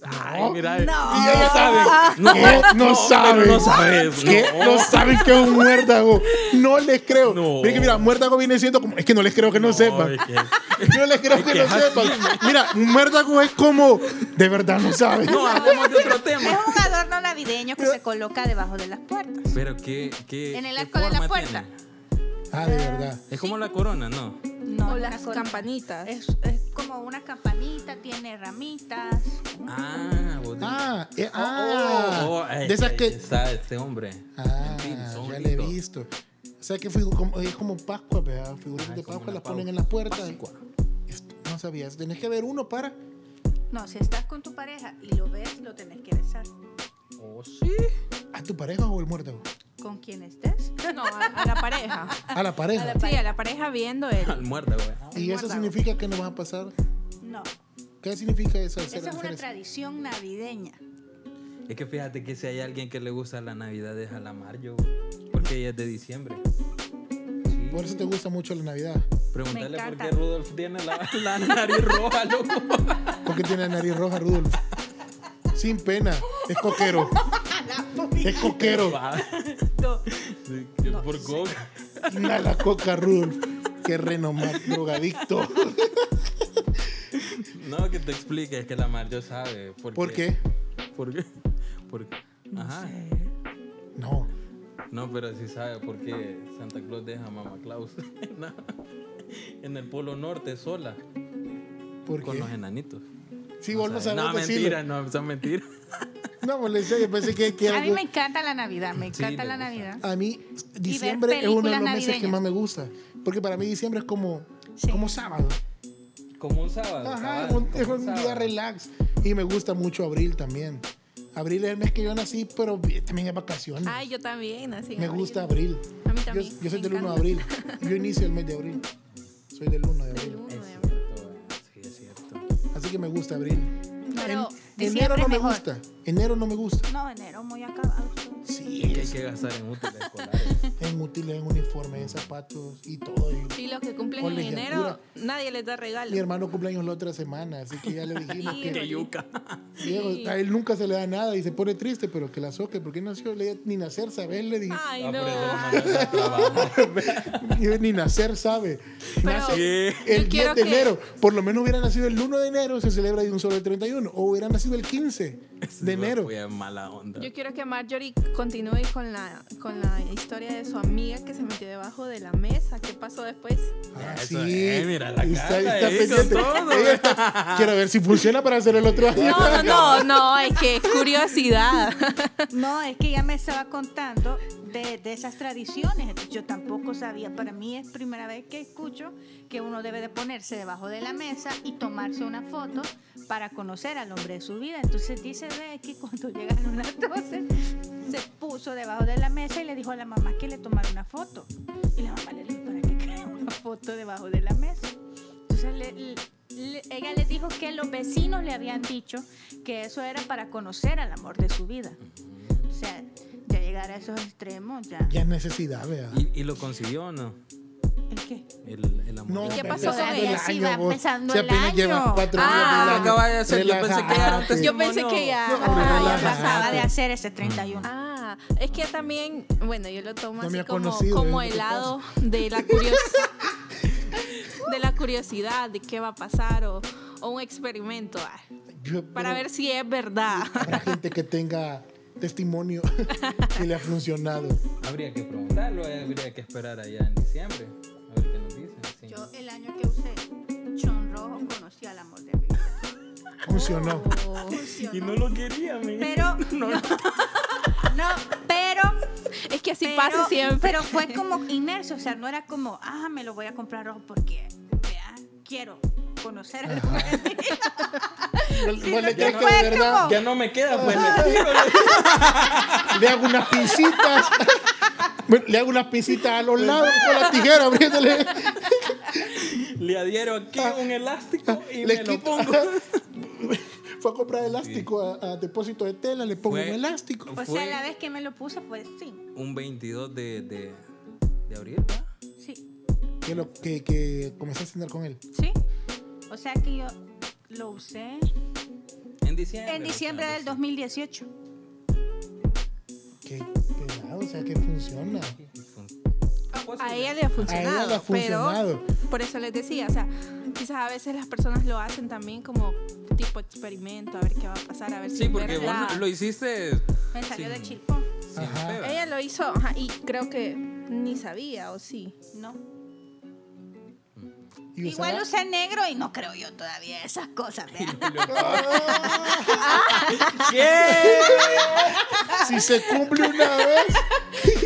S1: Ay, mira.
S4: No.
S2: Y ella sabe.
S1: No,
S2: ¿Qué? No, sabe.
S1: Ah. pero no sabes,
S2: ¿Qué?
S1: no.
S2: No saben qué es un muérdago. No les creo.
S1: No.
S2: Mira, que mira, muérdago viene siendo como. Es que no les creo que no, sepan.
S1: Ay, qué-
S2: Yo les creo que
S1: que
S2: no
S1: es así.
S2: sepan. Mira, un muérdago es como. De verdad no saben.
S1: No, hablemos de otro
S4: Es
S1: tema.
S4: un adorno navideño que se coloca debajo de las puertas.
S1: Pero qué, qué
S4: En el
S1: qué
S4: arco de la
S1: forma
S4: puerta.
S1: tiene?
S2: Ah, de verdad.
S1: Es como la corona, ¿no?
S4: No,
S5: o
S4: una
S5: las
S4: corona.
S5: campanitas.
S4: Es, es como una campanita, tiene ramitas.
S1: Ah, vos dices-
S2: Ah, eh,
S1: Oh,
S2: ah.
S1: oh, oh, eh,
S2: de esas
S1: ahí
S2: que.
S1: está este hombre.
S2: Ah,
S1: Mentira, son
S2: ya le he
S1: bonitos.
S2: visto. O sea que figu- como- es como Pascua, ¿verdad? Figuras
S1: Ah,
S2: de
S1: es como
S2: Pascua
S1: una
S2: las
S1: pau-
S2: ponen en las puertas.
S1: Pascua.
S2: Esto- No sabías. Tenés que ver uno para.
S4: No, si estás con tu pareja y lo ves, lo tenés que besar.
S1: Oh, sí.
S2: ¿A tu pareja o el muerto?
S4: Con quien estés.
S5: No, a, a la pareja.
S2: Ah, A la pareja. Ah,
S5: Sí, a la pareja viendo el.
S1: Al muerto, güey.
S2: y eso
S5: muérdago.
S2: significa que no vas a pasar.
S4: No.
S2: ¿Qué significa eso? hacer
S4: Esa es una
S2: referencia?
S4: tradición navideña.
S1: Es que fíjate que si hay alguien que le gusta la Navidad es a la Mario. Porque ella es de diciembre. Sí.
S2: Por eso te gusta mucho la Navidad.
S1: Preguntarle
S4: Me
S1: por qué
S4: encanta.
S1: Rudolf tiene la, la nariz roja, loco.
S2: Porque tiene la nariz roja, Rudolf. Sin pena. Es coquero. Es coquero.
S1: Sí, que por coca.
S2: Una la coca, Rudolf. Qué renomado drogadicto.
S1: No, que te explique, es que la Mario sabe. ¿Por,
S2: ¿Por qué?
S1: ¿Por qué? Por- Ajá. No, pero sí sabe por qué Santa Claus deja a Mamá Claus en la- en el Polo Norte sola
S2: ¿Por
S1: con
S2: qué?
S1: los enanitos.
S2: Si vos no
S1: sabe.
S2: sabés
S1: no, mentira,
S2: decirlo.
S1: no, son mentiras.
S2: No, pues le decía, yo pensé que, que
S4: A mí
S2: algo-
S4: me encanta la Navidad,
S5: ah,
S4: me
S1: Sí,
S4: encanta
S1: le
S4: la
S1: gusta.
S4: Navidad.
S2: A mí diciembre es uno de
S4: películas
S2: los meses que
S4: navideñas.
S2: más me gusta. Porque para mí diciembre es como,
S4: Sí.
S2: como sábado.
S1: Como un sábado. cabal,
S2: Ajá, es un,
S1: como
S2: es un
S1: sábado.
S2: día relax. Y me gusta mucho abril también. Abril es el mes que yo nací, pero también es vacaciones.
S5: Ay, yo también, así.
S2: me gusta abril.
S5: A mí
S2: Yo-
S5: también,
S2: Yo,
S5: me
S2: soy del 1 de
S5: encanta.
S2: abril. Yo inicio el mes de abril. Soy del 1 de abril.
S1: Es cierto, eh, sí, es cierto.
S2: Así que me gusta abril.
S4: Pero
S2: Enero
S4: diciembre
S2: no me
S4: mejor.
S2: gusta. Enero no me gusta.
S4: No, enero muy acabado.
S2: Sí,
S1: Y que hay que gastar en útiles escolares.
S2: en útiles, en uniformes, en zapatos y todo. Y
S5: Y los que cumplen
S2: Con
S5: en
S2: legislatura.
S5: enero, nadie les da regalo.
S2: mi hermano cumpleaños la otra semana, así que ya le dijimos que...
S1: Qué yuca.
S2: Diego, a él nunca se le da nada y se pone triste, pero que la soque, porque no nació Le- ni nacer sabe, él le dije,
S5: Ay,
S1: Ah,
S5: no.
S1: pero eso lo mandan a trabajar.
S2: ni nacer sabe.
S5: Pero-
S2: Nace
S1: Sí.
S2: el
S5: Yo
S2: 10 de
S5: quiero que-
S2: enero, por lo menos hubiera nacido el 1 de enero, se celebra de un solo el 31, o hubiera nacido el 15 de enero.
S1: Fue mala onda.
S5: Yo quiero que Marjorie continúe con la, con la historia de su amiga que se metió debajo de la mesa. ¿Qué pasó después?
S2: Ah,
S1: Eso,
S2: sí.
S1: eh, mira la
S2: está,
S1: cara,
S2: está
S1: eh, con
S2: pendiente.
S1: todo. eh.
S2: Ella está- quiero ver si funciona para hacer el otro año.
S5: No, no, no, no, es que es curiosidad.
S4: No, es que ya me estaba contando de, de esas tradiciones. Yo tampoco sabía. Para mí es primera vez que escucho que uno debe de ponerse debajo de la mesa y tomarse una foto para conocer al hombre de su vida. Entonces dice de que cuando llegaron las 12 se puso debajo de la mesa y le dijo a la mamá que le tomara una foto. Y la mamá le dijo, ¿para qué querer una foto debajo de la mesa? Entonces le- le- ella le dijo que los vecinos le habían dicho que eso era para conocer al amor de su vida. O sea, ya llegar a esos extremos, ya.
S2: Ya es necesidad, vea.
S1: ¿Y, y lo consiguió o no?
S4: ¿El qué?
S1: El, el amor.
S2: No,
S5: qué
S2: pero
S5: pasó con
S2: empezando
S5: ella?
S2: el
S4: Sí,
S2: año,
S4: va
S2: vos.
S4: empezando
S2: Si
S4: el
S2: apenas
S4: año.
S2: llevas cuatro
S5: Ah,
S2: días del
S5: lo
S2: año.
S1: acaba de hacer, yo pensé
S2: Relájate.
S1: que era antes.
S5: Yo pensé que ya,
S2: No,
S5: ajá,
S2: no,
S5: ya
S2: no,
S5: pasaba
S4: Acaba
S5: de
S4: de
S5: hacer.
S4: hacer ese 31.
S5: Ah, es que también, bueno, yo lo tomo
S2: No me
S5: así
S2: ha
S5: como,
S2: conocido,
S5: como
S2: es lo
S5: el
S2: que
S5: lado de la curiosidad. de la curiosidad de qué va a pasar o, o un experimento ah,
S2: Yo-
S5: para
S2: pero-
S5: ver si es verdad.
S2: Habrá gente que tenga testimonio que le ha funcionado.
S1: Habría que preguntarlo, eh, habría que esperar allá en diciembre. A ver qué nos dicen. sí.
S4: Yo el año que usé chon rojo conocí al amor de mi vida.
S2: Funcionó.
S5: O-
S1: Y no lo quería, mi.
S4: Pero no, no, pero
S5: es que así
S4: pero-
S5: pasa siempre.
S4: Pero fue como inmerso, o sea, no era como, ah, me lo voy a comprar rojo porque vea, quiero conocer al amor de mi vida.
S2: ¿Vos
S4: Sí,
S2: vos
S4: lo
S2: le
S4: que
S2: crees que
S4: fue
S2: de verdad
S1: Ya no me queda, pues le tiro.
S2: le hago unas pisitas? Bueno, Le hago unas pisitas a los lados con la tijera abriéndole.
S1: Le adhiero aquí un elástico y
S2: le
S1: me lo
S2: quito.
S1: pongo.
S2: Fue a comprar elástico a, a depósito de tela, le pongo
S1: Fue-
S2: un elástico.
S4: O sea,
S1: Fue-
S4: la vez que me lo puse fue sí,
S1: Un 22 de, de, de abril, ¿verdad?
S4: sí.
S2: Que, lo, que, que comenzaste a cenar con él.
S4: Sí. O sea que yo lo usé
S1: En diciembre.
S4: en diciembre del 2018.
S2: Qué pelado, o sea, que funciona.
S1: Ah, pues,
S5: A ella le ha funcionado.
S2: A ella le ha funcionado.
S5: Pero por eso les decía, o sea, quizás a veces las personas lo hacen también como tipo experimento, a ver qué va a pasar, a ver si
S1: Sí,
S5: es
S1: porque vos
S5: verdad.
S1: lo hiciste
S4: Me salió
S1: Sí.
S4: de chilpón.
S1: sin
S2: Ajá.
S1: peba.
S5: Ella lo hizo ajá, y creo que ni sabía, o sí.
S4: No.
S2: Y usaba-
S4: Igual usé negro y no creo yo todavía esas cosas. ¿verdad?
S2: Ah, Si se cumple una vez.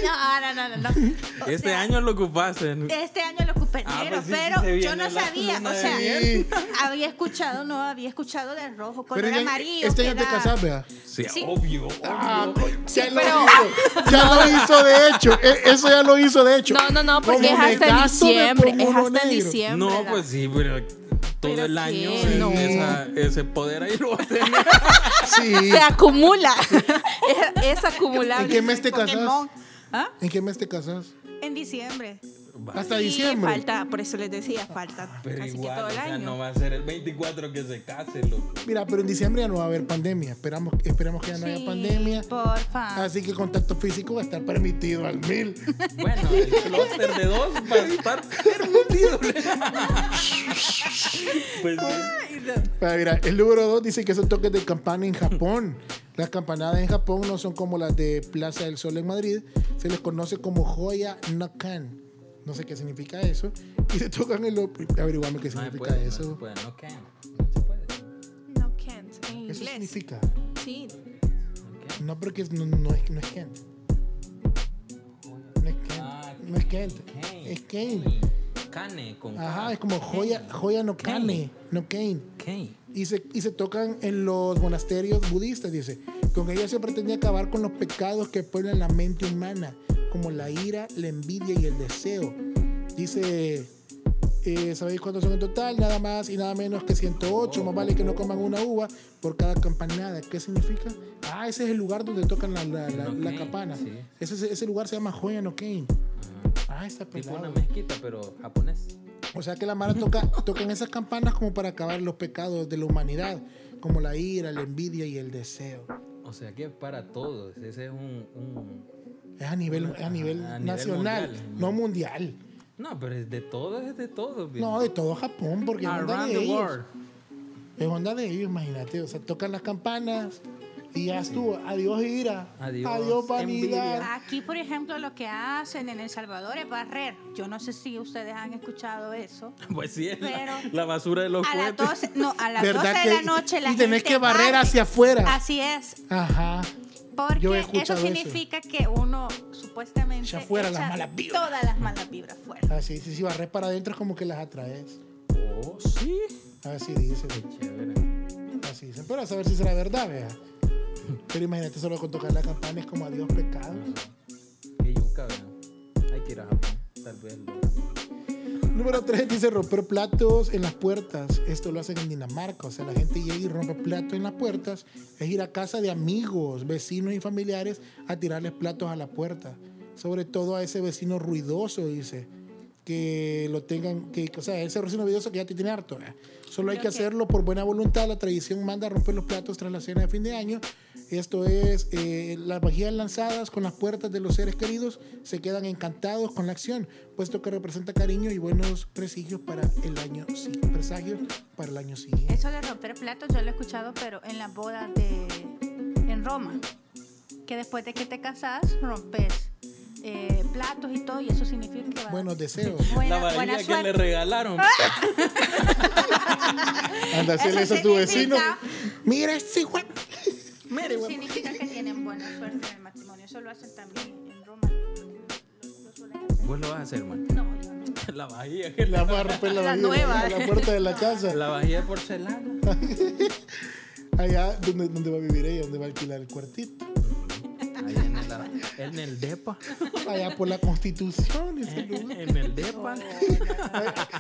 S4: No, no, no, no. no. O
S1: Este
S4: sea,
S1: año lo ocupaste.
S4: Este año lo ocupé
S1: Ah,
S4: negro,
S1: pues sí, sí
S4: pero
S1: se
S4: yo
S1: viene
S4: no
S1: la
S4: sabía.
S2: Ah,
S1: luna
S4: O
S1: de
S4: sea,
S2: miel.
S4: había escuchado, no, había escuchado del rojo, color
S2: Pero ya-
S4: amarillo.
S2: este
S4: que
S2: año te
S4: era-
S2: casas, vea.
S1: Sí,
S4: Sí.
S1: obvio.
S2: Ah,
S1: obvio.
S2: ya lo hizo. Ya lo hizo de hecho. E- Eso ya lo hizo de hecho.
S5: No, no, no, porque
S2: Como
S5: es
S2: me
S5: hasta en
S2: caso, me
S5: diciembre.
S2: pongo
S5: Es
S2: uno
S5: hasta en
S2: negro.
S5: diciembre.
S1: No,
S5: la-
S1: pues sí, pero todo
S5: ¿Pero
S1: el año
S5: qué?
S1: eh,
S5: No.
S1: esa- ese poder ahí lo vas a tener.
S2: Sí.
S5: Se acumula. es, es acumulable.
S2: ¿En qué mes te casas?
S4: Pokémon. ¿Ah?
S2: ¿En qué mes te casas?
S4: En diciembre.
S1: Vaya.
S2: Hasta
S5: Pues Sí,
S2: diciembre.
S5: falta, por eso les decía, falta
S1: Pero
S5: casi
S1: igual,
S5: que todo
S1: o
S5: el
S1: sea,
S5: año.
S1: no va a ser el 24 que se case, loco.
S2: Mira, pero en diciembre ya no va a haber pandemia. Esperamos, esperamos que ya no haya
S4: Sí,
S2: pandemia.
S5: pues.
S2: Ah,
S4: Porfa.
S2: Así que el contacto físico va a estar permitido al mil.
S1: Bueno, el clúster de dos va a estar permitido. pues sí.
S2: Ah, Mira, el número dos dice que son toques de campana en Japón. Las campanadas en Japón no son como las de Plaza del Sol en Madrid. Se les conoce como joya nakan. No sé qué significa eso. Y se tocan en lo... Averiguame qué
S1: no se
S2: significa
S1: puede, no
S2: eso.
S1: se puede, no can. No se puede.
S5: No can't. En
S2: eso
S5: inglés.
S2: significa.
S5: Sí.
S1: No can.
S2: No, porque es- no, no es, no es Kent. No es Kent.
S1: Ah,
S2: no es Kent.
S1: Kane.
S2: Es Kane.
S1: Cane con K.
S2: Ajá, es como joya, joya no cane.
S1: Kane.
S2: No Kane.
S1: Kane.
S2: y se, y se tocan en los monasterios budistas, dice. Con ella se pretendía acabar con los pecados que pueblan la mente humana, como la ira, la envidia y el deseo. Dice, eh, ¿sabéis cuántos son en total? Nada más y nada menos que 108. Más vale que no coman una uva por cada campanada. ¿Qué significa? Ah, ese es el lugar donde tocan la, la, la- la
S1: Ok,
S2: campana.
S1: sí.
S2: Ese, ese lugar se llama Hoya no Kane.
S1: Ajá.
S2: Ah, está
S1: Tipo
S2: pelado.
S1: una mezquita, pero japonés.
S2: O sea que la Mara toca, tocan esas campanas como para acabar los pecados de la humanidad, como la ira, la envidia y el deseo.
S1: O sea que para todos. Ese es un. un-
S2: Es a nivel, es a nivel
S1: A nivel
S2: nacional,
S1: mundial.
S2: no mundial.
S1: No, pero es de todos, es de todos. bien.
S2: No, de todo Japón, porque es onda
S1: Around
S2: de
S1: the
S2: ellos.
S1: world.
S2: Es onda de ellos, imagínate. O sea, tocan las campanas y ya estuvo. Adiós ira, adiós,
S1: Adiós,
S2: vanidad.
S1: envidia.
S4: Aquí, por ejemplo, lo que hacen en El Salvador es barrer. Yo no sé si ustedes han escuchado eso.
S1: Pues sí, es la,
S4: Pero-
S1: la basura de los
S4: A las
S1: cohetes.
S4: 12, no, a las 12
S2: ¿Verdad
S4: de
S2: que-
S4: la noche la
S2: y tenés
S4: gente
S2: que barrer
S4: barre.
S2: hacia afuera?
S4: Así es,
S2: Ajá. Yo he
S4: porque
S2: escuchado
S4: eso
S2: eso.
S4: significa que uno supuestamente
S2: Ya fuera las
S4: echa
S2: malas vibras.
S4: Todas las malas vibras fuera.
S2: Así, si, si barres para adentro es como que las atraes.
S1: Oh, sí.
S2: Así dicen.
S1: Chévere.
S2: Así dicen. Pero a saber si será verdad, vea. Pero imagínate solo con tocar la campana es como adiós pecado.
S1: Qué yuca, ¿verdad? Hay que ir a Japón. Tal vez lo-
S2: Número 3 dice romper platos en las puertas. Esto lo hacen en Dinamarca. O sea, la gente llega y rompe platos en las puertas. Es ir a casa de amigos, vecinos y familiares a tirarles platos a la puerta. Sobre todo a ese vecino ruidoso, dice. Que lo tengan, que, o sea, ese vecino ruidoso que ya te tiene harto. ¿eh? Solo hay que
S4: Creo que-
S2: hacerlo por buena voluntad. La tradición manda a romper los platos tras la cena de fin de año. Esto es, eh, las vajillas lanzadas con las puertas de los seres queridos se quedan encantados con la acción, puesto que representa cariño y buenos presagios para el año, si- presagios para el año siguiente.
S4: Eso de romper platos yo lo he escuchado, pero en las bodas de en Roma, que después de que te casas rompes eh, platos y todo, y eso significa que va
S2: Buenos deseos.
S4: buena,
S1: la varilla
S4: buena
S1: que
S4: suerte.
S1: le regalaron.
S2: Anda, hacerle
S4: Eso
S2: eso a tu vecino.
S4: significa-
S2: Mira ese guapo. Mira, guapo.
S4: significa que tienen buena suerte en el matrimonio. Eso lo hacen también en Roma. Lo- lo suelen hacer.
S1: Vos lo vas a hacer, man.
S4: No, yo no.
S1: La vajilla.
S2: La va a romper la,
S5: La
S2: vajilla,
S5: nueva.
S2: la puerta de la casa.
S1: La vajilla de porcelana.
S2: Allá donde, donde va a vivir ella, donde va a alquilar el cuartito.
S1: Ahí en, el- en el depa.
S2: Allá por la constitución, ese lugar.
S1: En el depa.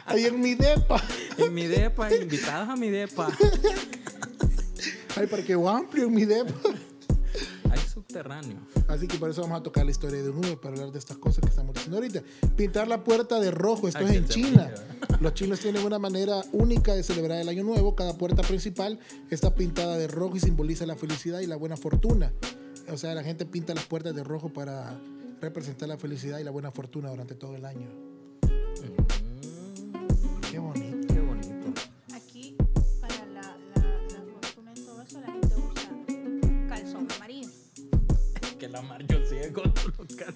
S2: Ahí en mi depa.
S1: En mi depa. Invitados a mi depa.
S2: Ay, parqueo amplio en mi depa.
S1: Hay subterráneo.
S2: Así que por eso vamos a tocar la historia de un Uber para hablar de estas cosas que estamos diciendo ahorita. Pintar la puerta de rojo, esto
S1: Ay,
S2: es
S1: qué
S2: en China.
S1: terrible.
S2: Los chinos tienen una manera única de celebrar el año nuevo. Cada puerta principal está pintada de rojo y simboliza la felicidad y la buena fortuna. O sea, la gente pinta las puertas de rojo para representar la felicidad y la buena fortuna durante todo el año. Qué bonito.
S1: Qué bonito.
S4: Aquí, para la, la, la fortuna y todo eso, la gente usa calzón amarillo.
S1: Que la marcho sigue con tu loca.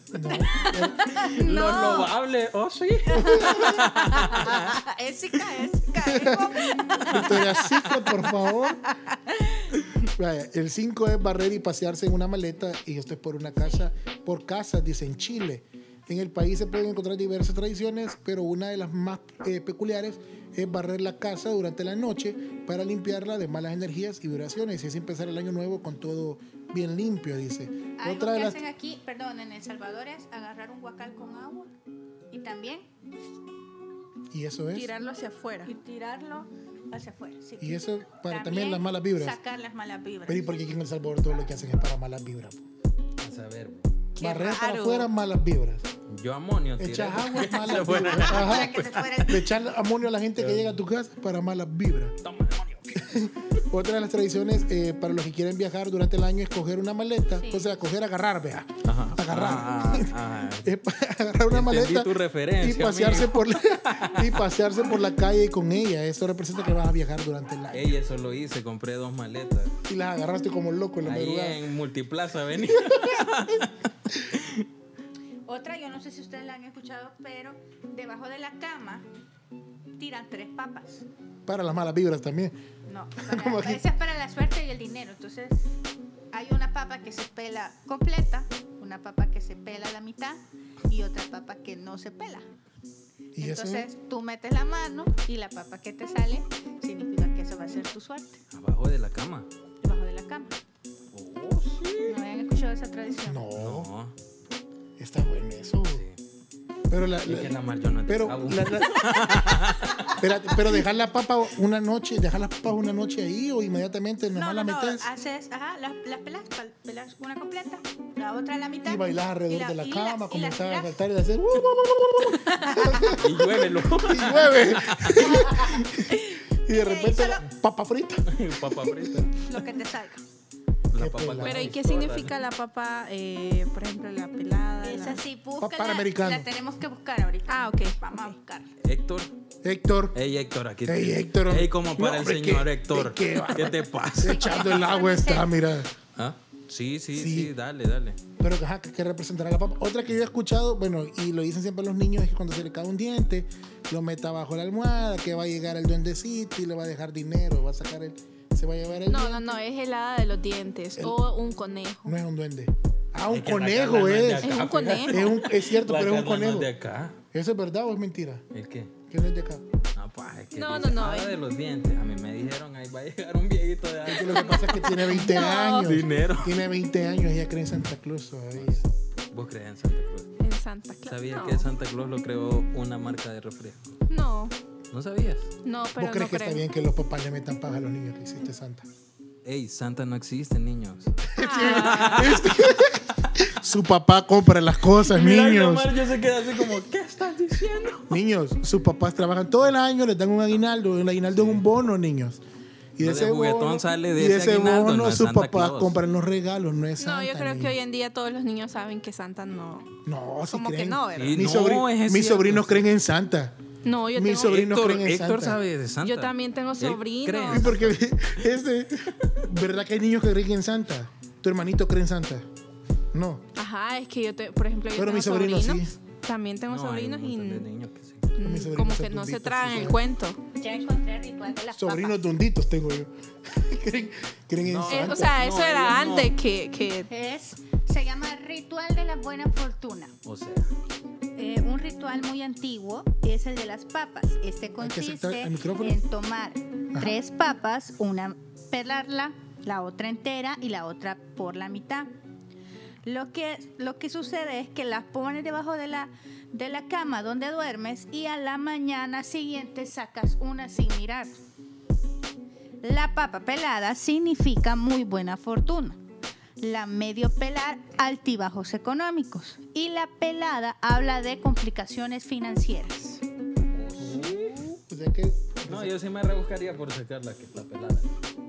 S2: No,
S1: Lo loable. Oh, sí.
S4: es chica, es chica. es como-
S2: Victoria Secret, por favor. Vaya, El 5 es barrer y pasearse en una maleta, y esto es por una casa, por casa, dice en Chile. En el país se pueden encontrar diversas tradiciones, pero una de las más eh, peculiares es barrer la casa durante la noche para limpiarla de malas energías y vibraciones. Y así empezar el año nuevo con todo bien limpio, dice.
S4: Algo
S2: Otra de
S4: que
S2: las.
S4: hacen aquí, perdón, en El Salvador es agarrar un guacal con agua y también
S2: Y eso es.
S5: Tirarlo hacia afuera.
S4: y tirarlo hacia afuera. sí.
S2: Y eso para también las malas vibras.
S4: Sacar las malas vibras.
S2: Pero ¿y por qué aquí en El Salvador todo lo que hacen es para malas vibras?
S1: A saber.
S5: Qué
S2: Barrer para
S5: raro.
S2: afuera, malas vibras.
S1: Yo amonio, tío.
S2: Echas agua
S1: Se
S2: malas
S1: fue.
S2: vibras. Ajá.
S4: Para que se fuera el-
S2: Le echas amonio a la gente que llega a tu casa para malas vibras.
S1: Toma, amonio.
S2: Otra de las tradiciones eh, para los que quieren viajar durante el año es coger una maleta. O sea, coger, agarrar, vea.
S1: Ajá.
S2: Agarrar.
S1: Ah, ah, ah.
S2: Es para agarrar una
S1: Entendí
S2: maleta
S1: tu referencia,
S2: y pasearse
S1: amigo.
S2: por la, y pasearse por la calle con ella. Eso representa que vas a viajar durante el año.
S1: Ey, eso lo hice, compré dos maletas.
S2: Y las agarraste como loco en la
S1: Ahí
S2: madrugada.
S1: en Multiplaza venía.
S4: Otra, yo no sé si ustedes la han escuchado, pero debajo de la cama tiran tres papas.
S2: Para las malas vibras también.
S4: No,
S2: ¿Cómo
S4: para,
S2: que?
S4: esa es para la suerte y el dinero. Entonces, hay una papa que se pela completa, una papa que se pela a la mitad y otra papa que no se pela.
S2: Y eso
S4: Entonces, tú metes la mano y la papa que te sale significa que eso va a ser tu suerte,
S1: Abajo de la cama.
S4: debajo de la cama.
S1: Oh, sí.
S4: ¿No habían escuchado esa tradición?
S2: no,
S1: No.
S2: está bueno eso.
S1: Sí.
S2: Pero la,
S1: Es
S2: la-
S1: que la mar yo no
S2: pero
S1: Ah,
S2: la- la- Espérate, pero dejar la papa una noche, dejar las papas una noche ahí o inmediatamente
S4: No,
S2: nomás la
S4: no, no,
S2: metes.
S4: haces, ajá, las, las pelas, pa- pelas una completa, la otra a la mitad.
S2: Y bailar alrededor de la
S4: y
S2: cama,
S4: y la
S2: comenzar a
S4: tirás.
S2: saltar y hacer. "Uh,
S1: y lluévelo.
S2: y llueve. y de
S4: Ok,
S2: repente, la-
S4: solo-
S2: papa frita.
S1: Papa frita.
S4: lo que te salga.
S1: La
S2: Qué
S1: papa
S2: pelada.
S5: Pero ¿y qué
S1: toda.
S5: significa la papa, eh, por ejemplo, la pelada?
S4: Es
S5: la-
S4: así, búscala.
S2: Panamericano.
S4: La tenemos que buscar ahorita.
S5: Ah, ok,
S4: Vamos a
S5: ok.
S4: buscar.
S1: Héctor.
S2: Héctor,
S1: Ey, Héctor, aquí
S2: Ey, Héctor.
S1: Ey, como para
S2: No,
S1: el
S2: hombre,
S1: señor
S2: ¿qué-
S1: Héctor.
S2: qué va?
S1: ¿Qué te pasa?
S2: echando el agua está, mira.
S1: ¿Ah? Sí, sí,
S2: Sí.
S1: sí, dale, dale.
S2: Pero ajá, que, que representará la papa. Otra que yo he escuchado, bueno, y lo dicen siempre los niños, es que cuando se le cae un diente, lo meta bajo la almohada, que va a llegar el duendecito y le va a dejar dinero, va a sacar el. Se va a llevar el.
S5: No, no, no, es helada de los dientes
S2: El-
S5: o un conejo.
S2: No es un duende. Ah, un
S1: Es que la
S2: conejo
S1: Carla no es de
S2: es.
S1: acá,
S5: Es un
S1: fíjate.
S5: conejo.
S2: Es, un- es cierto,
S1: La
S2: pero es un
S1: Carla no
S2: conejo.
S1: de acá.
S2: ¿Eso es verdad o es mentira?
S1: ¿El qué?
S2: Que no es de acá.
S1: Ah, pa, es que
S5: No,
S1: dice,
S5: no, no,
S1: "Ah,
S5: eh.
S1: de los dientes. A mí me dijeron, ahí va a llegar un viejito de
S2: Que
S1: algo.
S2: lo que pasa es que tiene 20 años.
S1: Dinero.
S2: Tiene 20 años y ya cree en Santa Claus todavía.
S1: ¿Vos crees en Santa Cruz?
S5: En Santa Claus.
S1: ¿Sabías
S5: no.
S1: que Santa Claus lo creó una marca de refresco?
S5: No,
S1: ¿No sabías?
S5: no, pero
S2: ¿Vos crees
S5: no
S2: que
S5: creo.
S2: está bien que los papás le metan paja a los niños que hiciste Santa?
S1: Ey, Santa no existe, niños.
S5: Ah,
S2: Su papá compra las cosas, niños.
S1: yo se queda así como, ¿qué estás diciendo?
S2: Niños, sus papás trabajan todo el año, les dan un aguinaldo. El aguinaldo es un bono, niños. Y
S1: Lo de juguetón sale de
S2: y
S1: ese
S2: ese
S1: aguinaldo,
S2: bono
S1: no es
S2: sus
S1: Santa
S2: papás
S1: Claus.
S2: compran los regalos, no es Santa.
S5: no, yo creo que
S2: niños.
S5: hoy en día todos los niños saben que Santa no.
S2: No, sí
S5: como que
S2: creen.
S5: no, ¿verdad?
S1: Sí,
S2: Mis,
S1: no,
S2: sobri-
S1: es
S2: mis
S1: cierto.
S2: sobrinos creen en Santa.
S5: No, yo
S2: Mi
S5: tengo.
S2: sobrino- Sobrinos
S1: Héctor,
S2: creen en
S1: Héctor
S2: Santa.
S1: sabe de Santa.
S5: Yo también tengo
S1: Él
S5: sobrinos.
S1: cree en
S2: Y
S1: Santa.
S2: porque este, ¿verdad que hay niños que creen en Santa? ¿Tu hermanito cree en Santa? No.
S5: Ajá, es que yo, te, por ejemplo, yo
S2: Pero
S5: tengo
S2: mis sobrinos sí.
S5: También tengo
S1: No, hay
S5: sobrinos
S1: un
S5: y
S1: montón de
S5: mm,
S1: niños que sí.
S2: mis sobrinos
S5: como
S2: son
S5: que no se
S2: tumbitos,
S5: traen
S2: sí,
S5: el
S2: saben.
S5: cuento.
S4: Ya encontré el ritual de las
S2: Sobrinos
S4: papas.
S2: dunditos tengo yo. creen, creen en
S1: No.
S5: Eh,
S2: Santa.
S5: o sea, eso
S1: No,
S5: era
S1: ellos no.
S5: antes que, que
S4: Es, se llama ritual de la buena fortuna.
S1: O sea,
S4: Eh, un ritual muy antiguo es el de las papas. Este
S2: acercar
S4: consiste
S2: el micrófono.
S4: en tomar tres papas, una pelarla, la otra entera y la otra por la mitad. Lo que, lo que sucede es que las pones debajo de la, de la cama donde duermes y a la mañana siguiente sacas una sin mirar. La papa pelada significa muy buena fortuna. La medio pelar, altibajos económicos. Y la pelada habla de complicaciones financieras.
S2: O sea que.
S1: no, yo sí me rebuscaría por sacar la que está pelada.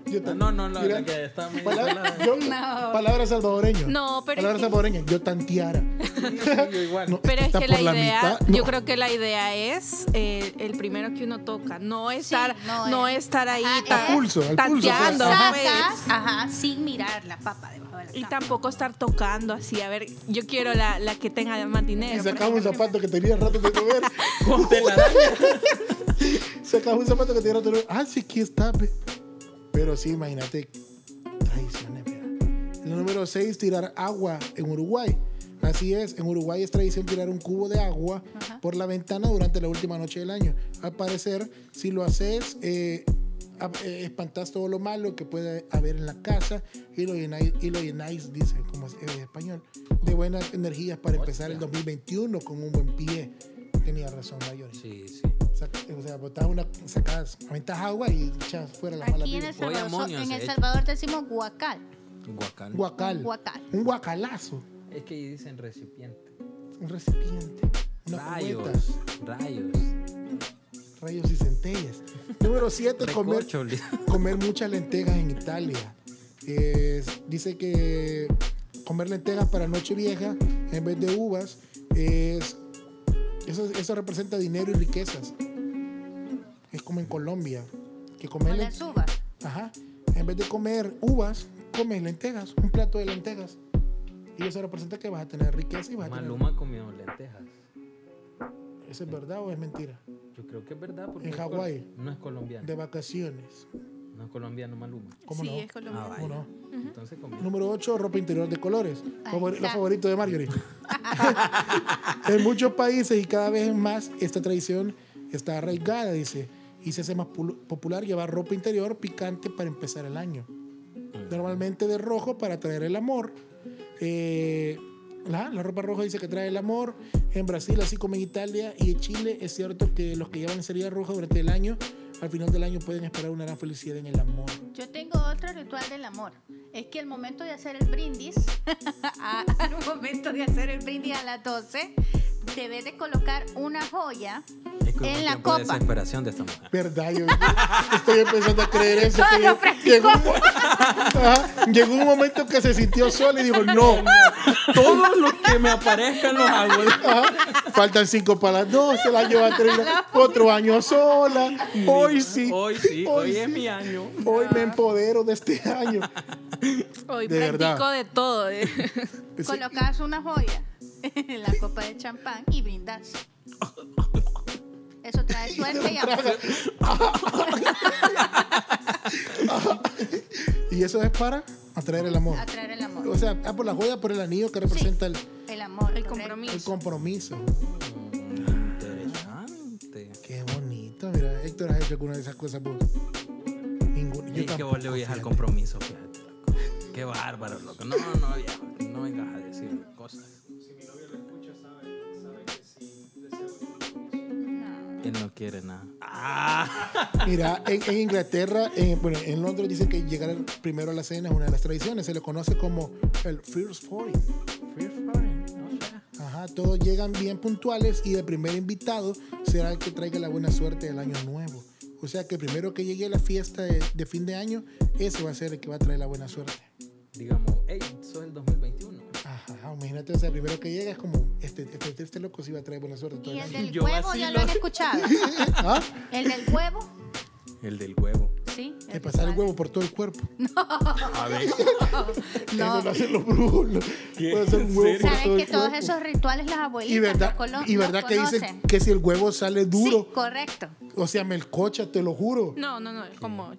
S2: yo
S1: Ah,
S2: tan-
S1: no, no, la,
S2: mira,
S1: la que está medio
S2: Palabra,
S1: pelada.
S2: yo-
S4: No.
S2: palabra salvadoreña.
S5: No, pero
S2: Palabra
S5: es que-
S2: salvadoreña. Yo tanteara.
S1: Sí, sí, yo igual.
S2: No,
S5: Pero es
S2: está
S5: que
S2: por
S5: la idea,
S2: mitad. No.
S5: yo creo que la idea es eh, el primero que uno toca, no estar,
S4: no
S5: no,
S4: es-
S5: estar ahí
S4: Ah,
S5: ta-
S4: a
S2: pulso, al pulso,
S5: tanteando,
S2: o sea,
S5: pues.
S4: Sacas, ajá, sin mirar la papa debajo de la
S5: y
S4: cama.
S5: tampoco estar tocando así, a ver, yo quiero la, la que tenga más
S2: Y
S5: dinero. por
S2: sacaba un
S5: ejemplo.
S2: zapato que tenía rato de comer.
S1: Con telaraña.
S2: sacaba un zapato que tenía rato de comer. Ah, sí, aquí está. ve. Pero sí, imagínate. Tradiciones, mira. El número 6, tirar agua en Uruguay. Así es, en Uruguay es tradición tirar un cubo de agua por la ventana durante la última noche del año. Al parecer, si lo haces, eh, a- eh, espantás todo lo malo que puede haber en la casa y lo llenáis, y lo llenáis dice como es en español, de buenas energías para empezar el 2021 con un buen pie. Tenía razón, mayores.
S1: Sí, sí.
S2: Sac- o sea, botás una, sacás, aventas agua y echas fuera las malas
S4: Aquí en El
S2: vibras.
S1: Hoy
S4: Salvador,
S1: amonio
S4: en
S1: se
S4: El
S5: eh.
S1: echa.
S4: Salvador decimos guacal.
S1: Guacal.
S2: Guacal.
S4: Guacal.
S2: Un guacalazo.
S1: Es que ahí dicen recipiente.
S2: un recipiente, unas
S1: Rayos,
S2: cubetas,
S1: rayos.
S2: rayos y centellas. Número 7, comer,
S1: Recorcho, li-
S2: comer muchas lentejas en Italia. Es- dice que comer lentejas para Nochevieja en vez de uvas es eso, eso representa dinero y riquezas. Es como en Colombia que comer
S4: Con
S2: len-
S4: las uvas.
S2: ajá, en vez de comer uvas comes lentejas, un plato de lentejas y eso representa que vas a tener riqueza y vas a tener.
S1: Maluma comió lentejas.
S2: ¿Eso es verdad o es mentira?
S1: Yo creo que es verdad. Porque
S2: En
S1: es col-
S2: Hawái.
S1: No es colombiano.
S2: De vacaciones.
S1: No es colombiano Maluma.
S2: ¿Cómo
S5: sí,
S2: no?
S5: es colombiano.
S1: Ah,
S2: ¿Cómo no?
S1: Entonces comió.
S2: Número 8, ropa interior de colores.
S4: Ahí
S2: Favori-
S4: está.
S2: lo favorito de Marjorie. en muchos países y cada vez más esta tradición está arraigada, dice. Y se hace más pul- popular llevar ropa interior picante para empezar el año. Normalmente de rojo para traer el amor. Eh, la, la ropa roja dice que trae el amor. En Brasil, así como en Italia y en Chile, es cierto que los que llevan sería roja durante el año, al final del año pueden esperar una gran felicidad en el amor.
S4: Yo tengo otro ritual del amor. Es que al momento de hacer el brindis, a- al momento de hacer el brindis a las 12, debes de colocar una joya
S1: Es que hubo
S4: en
S1: un
S4: la
S1: tiempo de
S4: copa.
S1: desesperación de esta mujer.
S2: ¿Verdad? Yo estoy empezando a creer eso.
S4: No,
S2: que
S4: no
S2: lle-
S4: practicó.
S2: llegó, un, mo- Ajá, llegó un momento que se sintió sola y dijo, no,
S1: Todos los que me aparezcan los hago.
S2: ajá, faltan cinco para las dos, el año va a terminar otro año sola, hoy sí,
S1: Hoy sí, hoy, es
S2: sí,
S1: mi año.
S2: hoy me empodero de este año.
S5: Hoy
S2: De
S5: practico
S2: verdad.
S5: de todo. eh.
S2: Sí,
S4: Colocas una joya en la copa de champán y brindas. Eso trae suerte y amor.
S2: Y eso es para atraer el amor.
S4: Atraer el
S2: O
S4: amor.
S2: sea, ah, por la joya, por el anillo que representa el,
S4: El amor.
S5: El
S4: correcto.
S2: el compromiso.
S5: compromiso.
S1: Interesante.
S2: Qué bonito, mira, Héctor, ¿has hecho alguna de esas cosas vos? Ninguna. Yo
S1: Y que vos le
S2: tampoco,
S1: voy al
S2: fíjate.
S1: compromiso, fíjate. loco. Qué bárbaro, loco. No, no, viejo. No vengas a decir cosas.
S6: Si mi novio lo escucha, sabe, sabe que sí deseo el compromiso.
S1: Él no quiere nada. Ah,
S2: Mira, en, en Inglaterra, en, bueno, en Londres dicen que llegar primero a la cena es una de las tradiciones. Se le conoce como el First Foreign. Ajá, todos llegan bien puntuales y el primer invitado será el que traiga la buena suerte del año nuevo. O sea que primero que llegue a la fiesta de, de fin de año, ese va a ser el que va a traer la buena suerte.
S1: digamos, hey, soy el 2021.
S2: Ajá, imagínate, o sea, primero que llega es como, este, este, este loco sí va a traer buena suerte todo
S4: Y
S2: el
S4: el
S2: año.
S4: del
S1: Yo
S4: huevo ya
S1: vacilo.
S4: lo han escuchado.
S2: ¿Ah?
S4: El del huevo,
S1: El del huevo.
S4: sí.
S2: De pasar el huevo por todo el cuerpo.
S1: A ver,
S2: Eso lo hacen los brujos. lo- Puede ser un huevo por todo
S4: Saben que
S2: el
S4: todos
S2: cuerpo.
S4: esos rituales las abuelitas
S2: Y verdad,
S4: los colo-
S2: y verdad
S4: los
S2: que dicen
S4: conocen.
S2: que si el huevo sale duro,
S4: Sí, correcto.
S2: o sea, melcocha, te lo juro.
S5: No, no, no, es como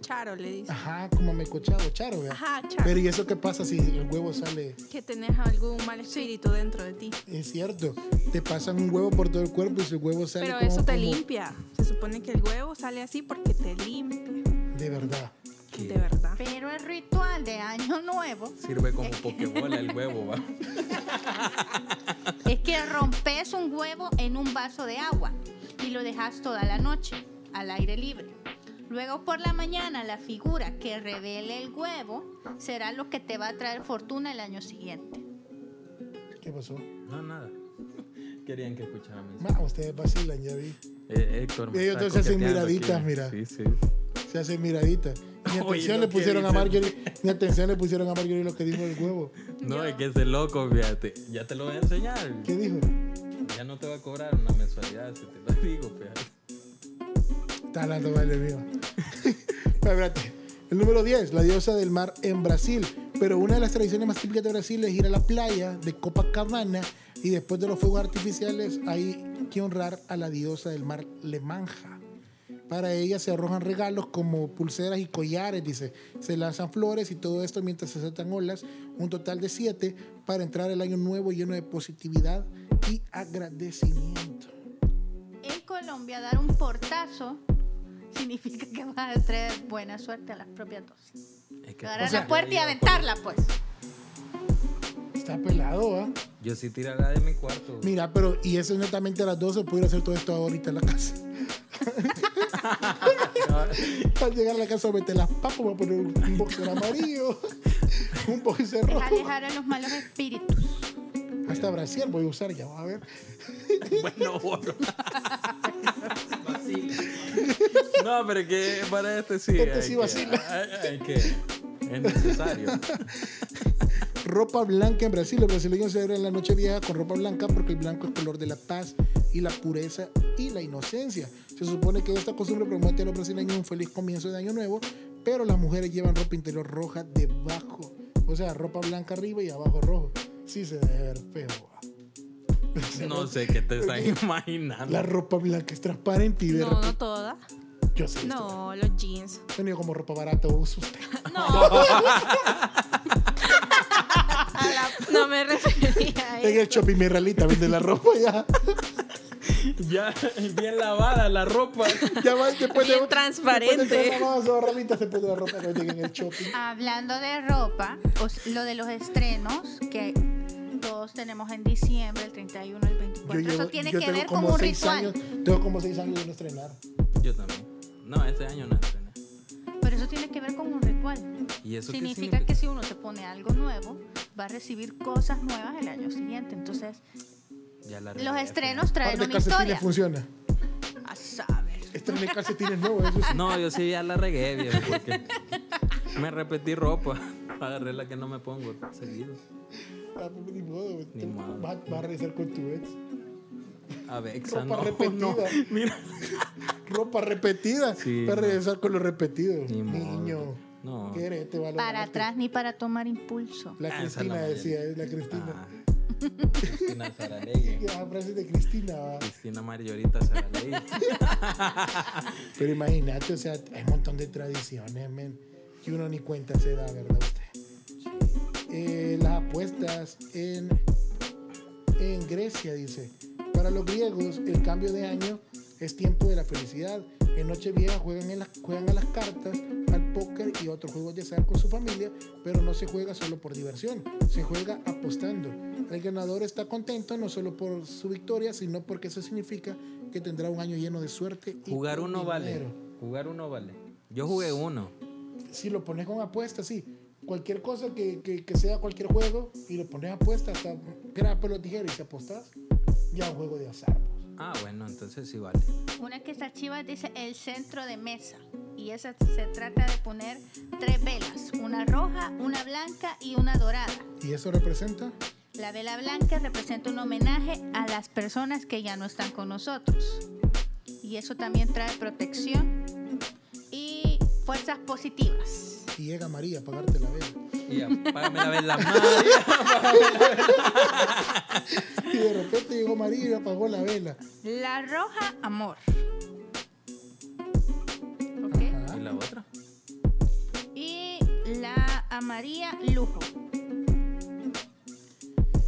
S5: Charo le dice.
S2: Ajá, como melcochado, charo, ¿verdad?
S5: Ajá, Charo.
S2: Pero ¿y eso qué pasa si el huevo sale?
S5: Que tenés algún mal espíritu dentro de ti.
S2: Es cierto, te pasan un huevo por todo el cuerpo y si el huevo sale
S5: Pero
S2: como-
S5: eso te
S2: como-
S5: limpia. Se supone que el huevo sale así porque te limpia.
S2: De verdad.
S1: ¿Qué?
S5: De verdad.
S4: Pero el ritual de Año Nuevo
S1: sirve como pokebola el huevo, va.
S4: es que rompes un huevo en un vaso de agua y lo dejas toda la noche al aire libre. Luego por la mañana la figura que revele el huevo será lo que te va a traer fortuna el año siguiente.
S2: ¿Qué pasó?
S1: No, nada. Querían que escuchara mis.
S2: Ma, ustedes vacilan, ya vi.
S1: Eh, Héctor, me
S2: Ellos
S1: está
S2: se hacen
S1: coqueteando
S2: miraditas,
S1: aquí.
S2: mira.
S1: Sí, sí.
S2: Se hacen miraditas. Ni
S1: Oye,
S2: atención
S1: lo
S2: le
S1: que
S2: pusieron a
S1: dicen.
S2: Marjorie, ni atención le pusieron a Marjorie lo que dijo el huevo.
S1: No, es que ese loco, fíjate. Ya te lo voy a enseñar.
S2: ¿Qué dijo?
S1: Ya no te va a cobrar una mensualidad, si te lo digo, fíjate.
S2: Está hablando mal de mí, va. Espérate. El número 10, la diosa del mar en Brasil. Pero una de las tradiciones más típicas de Brasil es ir a la playa de Copacabana y después de los fuegos artificiales hay que honrar a la diosa del mar Lemanja. Para ella se arrojan regalos como pulseras y collares, dice. Se lanzan flores y todo esto mientras se saltan olas. Un total de siete para entrar el año nuevo lleno de positividad y agradecimiento.
S4: En Colombia dar un portazo significa que vas a traer buena suerte a las propias dosis.
S1: Es que-
S4: Agarrar
S1: o sea,
S4: la puerta y
S1: yo-
S4: aventarla pues.
S2: Está pelado, ¿ah?
S1: Yo sí tirará de mi cuarto.
S2: Mira, pero y eso es netamente a las 12 pudiera hacer todo esto ahorita en la casa. Al llegar a la casa voy a meter las papas, voy a poner un, un boxer amarillo, un boxer
S4: Es
S2: rojo.
S4: alejar a los malos espíritus.
S2: Hasta brasier voy a usar, ya vas a ver.
S1: Bueno, oro. No, pero que para este sí.
S2: Este
S1: hay
S2: sí
S1: que-
S2: vacila.
S1: hay- hay que- es necesario.
S2: Ropa blanca en Brasil. Los brasileños celebran la noche vieja con ropa blanca porque el blanco es color de la paz y la pureza y la inocencia. Se supone que esta costumbre promete a los brasileños un feliz comienzo de año nuevo, pero las mujeres llevan ropa interior roja debajo. O sea, ropa blanca arriba y abajo rojo. Sí se debe ver feo. va.
S1: No sé qué te están imaginando.
S2: La ropa blanca es transparente y de
S5: No, no toda.
S2: Yo sé. esto.
S5: No, los jeans.
S2: Bueno, yo como ropa barata uso usted.
S5: No. No me refería a
S2: En
S5: eso.
S2: el shopping mi realita vende la ropa ya.
S1: Ya, bien lavada la ropa.
S2: Ya va después de.
S5: Bien transparente.
S2: Después de que la lavas, o realita se pone la ropa que venden en el shopping.
S4: Hablando de ropa, os- lo de los estrenos que todos tenemos en diciembre, el 31, el 24. Eso tiene
S2: yo
S4: que
S2: tengo
S4: ver como un
S2: seis
S4: ritual.
S2: Años, tengo como seis años de no estrenar.
S1: Yo también. No, este año no estrené.
S4: Pero eso tiene que ver con un ritual.
S1: ¿Y eso qué
S4: significa
S1: significa?
S4: que si uno se pone algo nuevo, va a recibir cosas nuevas el año siguiente. Entonces,
S1: Ya la
S4: los
S1: regué,
S4: estrenos
S2: Par
S4: traen
S2: de
S4: una
S2: calcetines
S4: historia.
S2: funciona. Este
S4: A saber.
S2: Estrené calcetines nuevos. Eso sí.
S1: No, yo sí ya la regué, viejo, porque me repetí ropa. Agarré la que no me pongo seguido.
S2: Ah, pues, Ni modo. güey.
S1: Ni
S2: Tú
S1: modo.
S2: Vas, vas a regresar con tu ex.
S1: A Bexa,
S2: Ropa
S1: no,
S2: repetida.
S1: no. Mira.
S2: Ropa repetida.
S1: Sí,
S2: vas a
S1: no.
S2: regresar con lo repetido.
S1: Ni modo.
S2: Niño.
S1: No.
S2: ¿Qué eres? Te va a
S4: Para
S2: lograr.
S4: atrás ni para tomar impulso.
S2: La
S1: Ah, esa es la
S2: Cristina
S1: mayor.
S2: decía, es la Cristina.
S1: Ah, Cristina Saralegui.
S2: Ah. frase de Cristina. va.
S1: Cristina Mariorita Saralegui.
S2: Pero imagínate, o sea, hay un montón de tradiciones, men, que uno ni cuenta se da, ¿verdad usted? Eh, las apuestas en, en Grecia, dice. Para los griegos, el cambio de año es tiempo de la felicidad. En Nochevieja juegan, en las, juegan a las cartas, al póker y otros juegos de azar con su familia, pero no se juega solo por diversión, se juega apostando. El ganador está contento no solo por su victoria, sino porque eso significa que tendrá un año lleno de suerte. y
S1: Jugar
S2: con
S1: uno vale.
S2: dinero.
S1: Jugar uno vale. Yo jugué uno.
S2: Si lo pones con apuestas, sí. Cualquier cosa que, que- que sea cualquier juego y lo pones apuesta, hasta grapa pelo tijera y si apostas, ya un juego de azar. pues.
S1: Ah, bueno, entonces sí vale.
S4: Una que está chiva dice el centro de mesa. Y esa se trata de poner tres velas, una roja, una blanca y una dorada.
S2: Y eso representa
S4: La vela blanca representa un homenaje a las personas que ya no están con nosotros. Y eso también trae protección y fuerzas positivas.
S2: y llega María a pagarte la vela.
S1: Y apágame la vez la madre.
S2: Y de repente llegó María y apagó la vela.
S4: La roja, amor. ¿Ok?
S1: ¿Y la otra?
S4: Y la amarilla, lujo.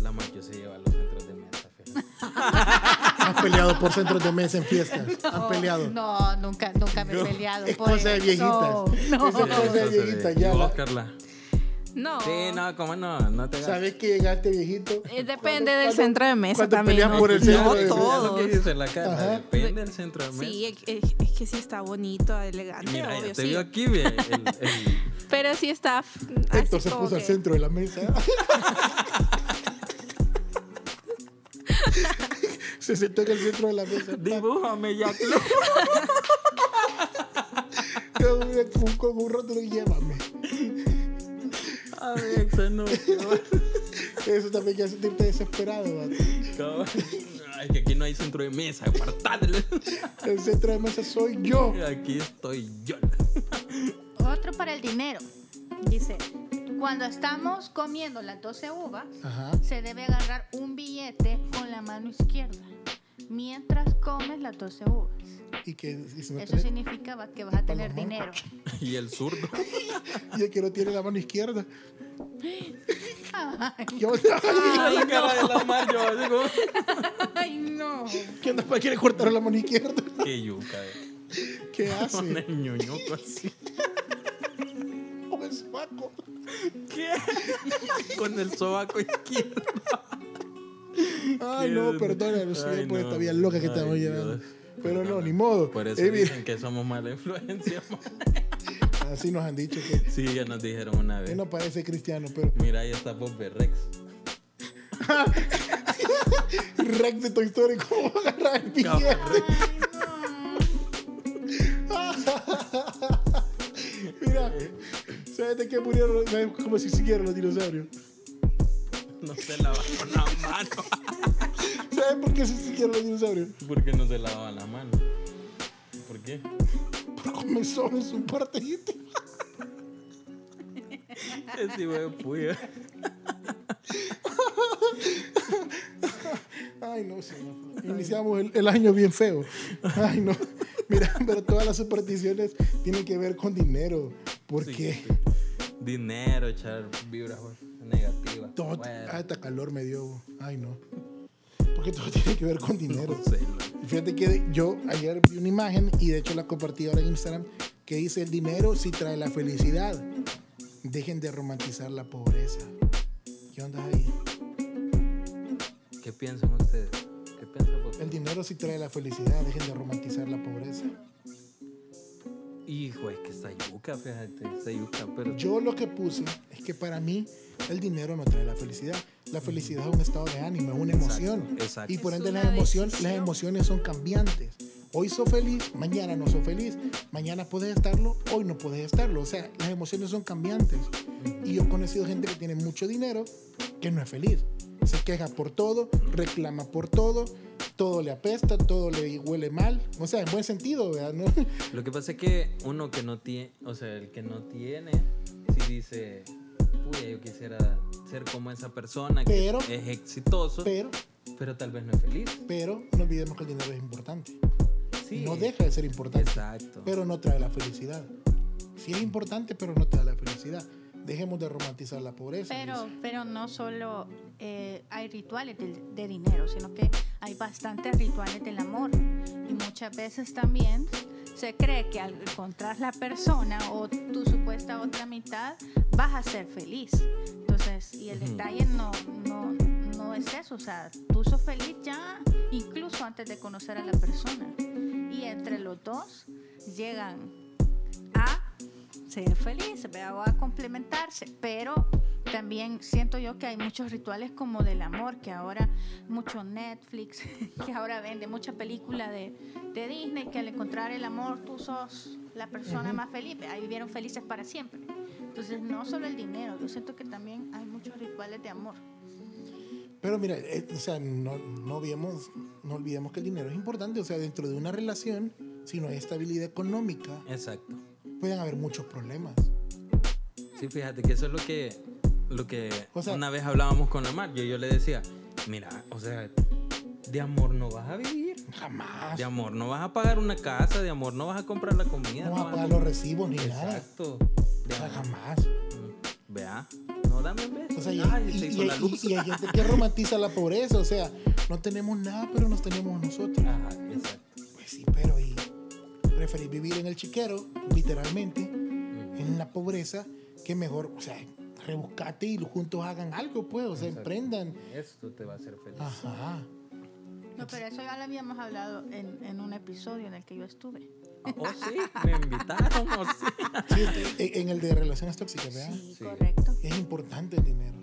S1: La macho se lleva a los centros de mesa. fíjate.
S2: Han peleado por centros de mesa en fiestas. Han peleado.
S4: Oh, No, nunca, nunca me he peleado.
S2: Es
S4: por
S2: cosa de
S4: eso.
S2: viejitas.
S4: No,
S2: Esa cosa de
S1: Entonces,
S2: viejitas.
S1: ¿y
S2: Ya
S1: vos,
S2: la-
S1: Carla?
S5: No.
S1: Sí, no, cómo no, no te hagas.
S2: sabes que llegaste viejito.
S5: Eh, Depende
S2: Cuando-
S5: del
S2: cuando-
S5: centro de mesa
S2: cuando
S5: también.
S2: peleas
S5: ¿no?
S2: por el
S5: No
S2: centro de
S1: es
S2: mesa.
S1: lo que
S5: todos.
S1: dice la Carla.
S2: Ajá.
S1: Depende del centro de mesa.
S5: Sí, es, es- es que sí está bonito, elegante,
S1: Mira,
S5: obvio,
S1: ya te
S5: sí.
S1: veo aquí, ve. el- el-
S5: Pero sí está. f-
S2: Héctor
S5: así
S2: se
S5: Ah, como
S2: puso al
S5: que-
S2: centro de la mesa. se sentó en el centro de la mesa.
S1: Dibújame ya, Club.
S2: Con un- Con, con un rótulo y llévame.
S1: A ver, eso no. cabrón.
S2: Eso también ya sentirte desesperado. vato.
S1: Cabrón. Ay, que aquí no hay centro de mesa, apartadle.
S2: El centro de mesa soy yo.
S1: Aquí estoy yo.
S4: Otro para el dinero. Dice, cuando estamos comiendo las 12 uvas,
S2: Ajá.
S4: se debe agarrar un billete con la mano izquierda mientras comes las 12 uvas.
S2: Y que y si no
S4: Eso
S2: tenés-
S4: significaba que vas a tener
S2: Palomar.
S4: dinero.
S1: Y el zurdo.
S2: y el que no tiene la mano izquierda. Yo, ¿Qué
S1: Mira la cara de la Mayo, así como-
S5: Ay, no.
S2: onda? ¿Para quiere cortar la mano izquierda?
S1: Qué yuca, eh.
S2: ¿Qué
S1: Con
S2: hace?
S1: el ñoñuco así.
S2: Oh, es Paco.
S1: ¿Qué? Con el sobaco izquierdo.
S2: Ay,
S1: Qué
S2: Ah, no,
S1: duro.
S2: perdona, no
S1: Ay,
S2: sé por
S1: no.
S2: esta vía loca que
S1: Ay,
S2: estamos
S1: Dios.
S2: llevando. Pero no,
S1: Perdóname.
S2: ni modo.
S1: Por eso
S2: Eh, mira,
S1: dicen que somos mala influencia. ma.
S2: así nos han dicho que
S1: Sí, ya nos dijeron una
S2: él
S1: vez.
S2: no parece cristiano, pero
S1: Mira, ahí está Bob Rex.
S2: Rex de Toy Story, ¿cómo va a agarrar el billete? Mira, ¿sabes de qué murieron? ¿Sabes cómo se extinguieron los dinosaurios?
S1: No se lavaban las manos.
S2: ¿Sabes por qué se extinguieron los dinosaurios?
S1: ¿Por qué no se lavaban las manos? ¿Por qué?
S2: Comenzó en su parte íntima.
S1: Ese hijo de puya.
S2: Ay, no, sí. Iniciamos el, el año bien feo. Ay, no. Mira, pero todas las supersticiones tienen que ver con dinero. ¿Por
S1: Sí,
S2: qué?
S1: sí. Dinero, echar vibras negativas.
S2: Todo,
S1: Bueno,
S2: hasta calor me dio. bo. Ay, no. Porque todo tiene que ver con dinero.
S1: no sé, loco.
S2: Fíjate que de- yo ayer vi una imagen y de hecho la compartí ahora en Instagram que dice el dinero sí trae la felicidad. Dejen de romantizar la pobreza. ¿Qué onda ahí?
S1: ¿Qué piensan ustedes? ¿Qué piensan
S2: El
S1: ustedes?
S2: dinero sí trae la felicidad. Dejen de romantizar la pobreza.
S1: Hijo, es que está yuca, fíjate, está yuca, pero
S2: Yo lo que puse es que para mí el dinero no trae la felicidad. La felicidad es un estado de ánimo, es una
S1: Exacto,
S2: emoción.
S1: exacto.
S2: Y por
S4: Es
S2: ende
S4: una
S2: las, emoción, las
S4: decisión.
S2: emociones son cambiantes. Hoy soy feliz, mañana no soy feliz. Mañana puedes estarlo, hoy no puedes estarlo. O sea, las emociones son cambiantes. Y yo he conocido gente que tiene mucho dinero que no es feliz. Se queja por todo, reclama por todo, todo le apesta, todo le huele mal. O sea, en buen sentido, ¿verdad? ¿No?
S1: Lo que pasa es que uno que no tiene, o sea, el que no tiene, si dice, puya, yo quisiera ser como esa persona que
S2: Pero-
S1: es exitoso, pero,
S2: Pero,
S1: tal vez no es feliz.
S2: pero no olvidemos que el dinero es importante.
S1: Sí,
S2: No deja de ser importante.
S1: Exacto.
S2: pero no trae la felicidad. Sí es importante, pero no trae la felicidad. Dejemos de romantizar la pobreza.
S4: Pero,
S2: dice.
S4: pero no solo eh, hay rituales del- de, dinero, sino que hay bastantes rituales del amor. Y muchas veces también se cree que al encontrar la persona o tu supuesta otra mitad, vas a ser feliz. Entonces, y el
S1: Ujú.
S4: detalle no, no, no es eso. O sea, tú sos feliz ya incluso antes de conocer a la persona. Y entre los dos llegan a ser feliz, ¿verdad? o a complementarse, pero también siento yo que hay muchos rituales como del amor, que ahora mucho Netflix, que ahora vende mucha película de, de Disney, que al encontrar el amor tú sos la persona más feliz, ahí vivieron felices para siempre. Entonces no solo el dinero, yo siento que también hay muchos rituales de amor.
S2: Pero mira, eh, o sea, no, no, olvidemos, no olvidemos que el dinero es importante. O sea, dentro de una relación, si no hay estabilidad económica,
S1: Exacto.
S2: pueden haber muchos problemas.
S1: Sí, fíjate que eso es lo que, lo que
S2: O sea-
S1: una vez hablábamos con Amar. Yo, yo le decía, mira, o sea, de amor no vas a vivir.
S2: Jamás.
S1: De amor no vas a pagar una casa, de amor no vas a comprar la comida.
S2: no vas a pagar los
S1: comprar-
S2: recibos ni nada.
S1: Exacto.
S2: O
S1: De
S2: sea,
S1: amor.
S2: jamás.
S1: Vea, no dame un beso.
S2: O sea, y,
S1: Ay,
S2: y-
S1: se
S2: y-
S1: hizo la
S2: y-
S1: luz.
S2: y hay gente que romantiza la pobreza. O sea, no tenemos nada, pero nos tenemos nosotros.
S1: Ajá, exacto.
S2: Pues sí, pero y preferís vivir en el chiquero, literalmente, en la pobreza, que mejor, o sea, rebuscate y juntos hagan algo, pues, o sea,
S1: Exacto.
S2: emprendan.
S1: Esto te va a hacer
S2: Ah.
S1: feliz.
S2: Ajá.
S4: No, pero eso ya lo habíamos hablado en, en un episodio en el que yo estuve.
S1: Oh, sí, me invitaron, oh, sí.
S2: Sí, este, en en el de relaciones tóxicas, ¿verdad?
S4: Sí,
S1: Sí.
S4: correcto.
S2: Es importante el dinero.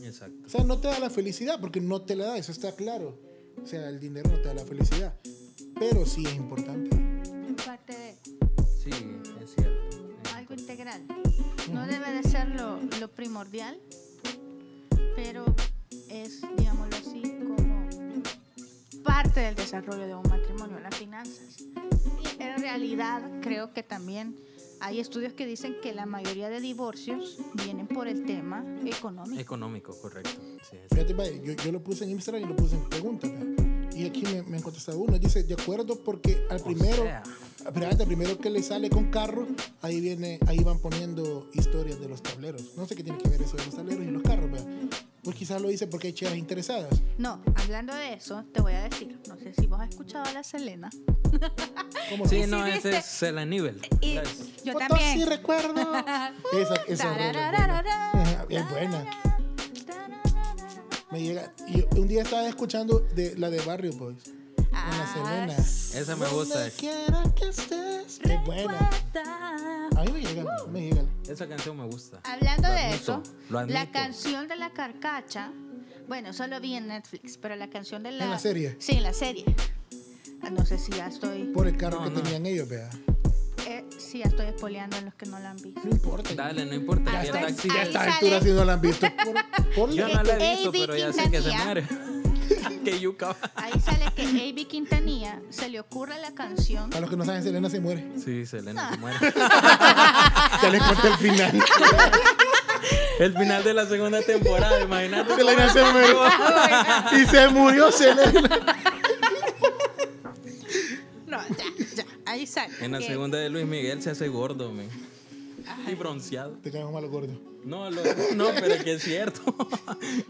S1: Exacto.
S2: O sea, no te da la felicidad, porque no te la da, eso está claro. O sea, el dinero no te da la felicidad, pero sí es importante.
S4: Parte de...
S1: Sí, es cierto. Es
S4: algo
S1: importante.
S4: integral. No debe de ser lo, lo primordial, pero es, digámoslo así, como parte del desarrollo de un matrimonio, las finanzas. Y en realidad creo que también hay estudios que dicen que la mayoría de divorcios vienen por el tema
S1: Eh.
S4: económico.
S1: Económico, correcto. Sí, es-
S2: Fíjate, vaya, yo, yo lo puse en Instagram y lo puse en preguntas. ¿verdad? Y aquí me, me han contestado uno. Dice, de acuerdo, porque al
S1: O
S2: primero,
S1: sea.
S2: espérate, al primero que le sale con carro, ahí viene, ahí van poniendo historias de los tableros. No sé qué tiene que ver eso de los tableros y los carros, ¿verdad? Pues quizás lo dice porque hay chicas interesadas.
S4: No, hablando de eso, te voy a decir, no sé si vos has escuchado a la Selena.
S2: ¿Cómo
S1: Sí,
S4: si
S1: no, ese
S4: viste-
S1: es el nivel.
S4: Y
S1: Las-
S4: yo
S2: Fotos
S4: también.
S2: y recuerdos. esa, esa rola
S4: Tarararara,
S2: es buena. Es buena. Me llega. Y yo- un día estaba escuchando de, la de Barrio Boys. Con la
S4: Ah,
S2: Selena.
S1: Esa me gusta.
S2: Donde quiera que estés. Es buena.
S4: Recuerda.
S2: A mí me llega, me llega.
S1: Esa canción me gusta.
S4: Hablando
S1: Lo
S4: de
S1: admito,
S4: eso,
S1: lo admito.
S4: la canción de la carcacha Bueno, solo vi en Netflix, pero la canción de la...
S2: ¿En la serie?
S4: Sí, en la serie. Ah, No sé si ya estoy...
S2: Por el carro
S1: No,
S2: que
S1: no.
S2: tenían ellos, vea.
S4: eh, sí, ya estoy espoleando a los que no la han visto.
S2: No importa.
S1: Dale, no importa.
S4: Ah,
S1: ya
S4: pues,
S1: taxi.
S2: Ya
S4: ahí
S2: está,
S4: sale.
S2: altura si no la han visto. Por- ponle.
S1: Yo no la he
S4: Ey,
S1: visto, pero ya sé que se
S4: Quintanilla.
S1: muere. que yuca.
S4: Ahí sale que A.B. Quintanilla se le ocurre la canción.
S2: Para los que no saben, Selena se muere.
S1: Sí, Selena se muere.
S2: Ya les conté el final.
S1: El final de la segunda temporada, imagínate.
S2: Selena se murió.
S1: Ah,
S2: y se murió Selena.
S4: No, ya, ya, ahí sale.
S1: En la
S4: que-
S1: segunda de Luis Miguel se hace gordo, men. Y bronceado.
S2: Te caemos malo gordo.
S1: No, lo- no, pero que es cierto.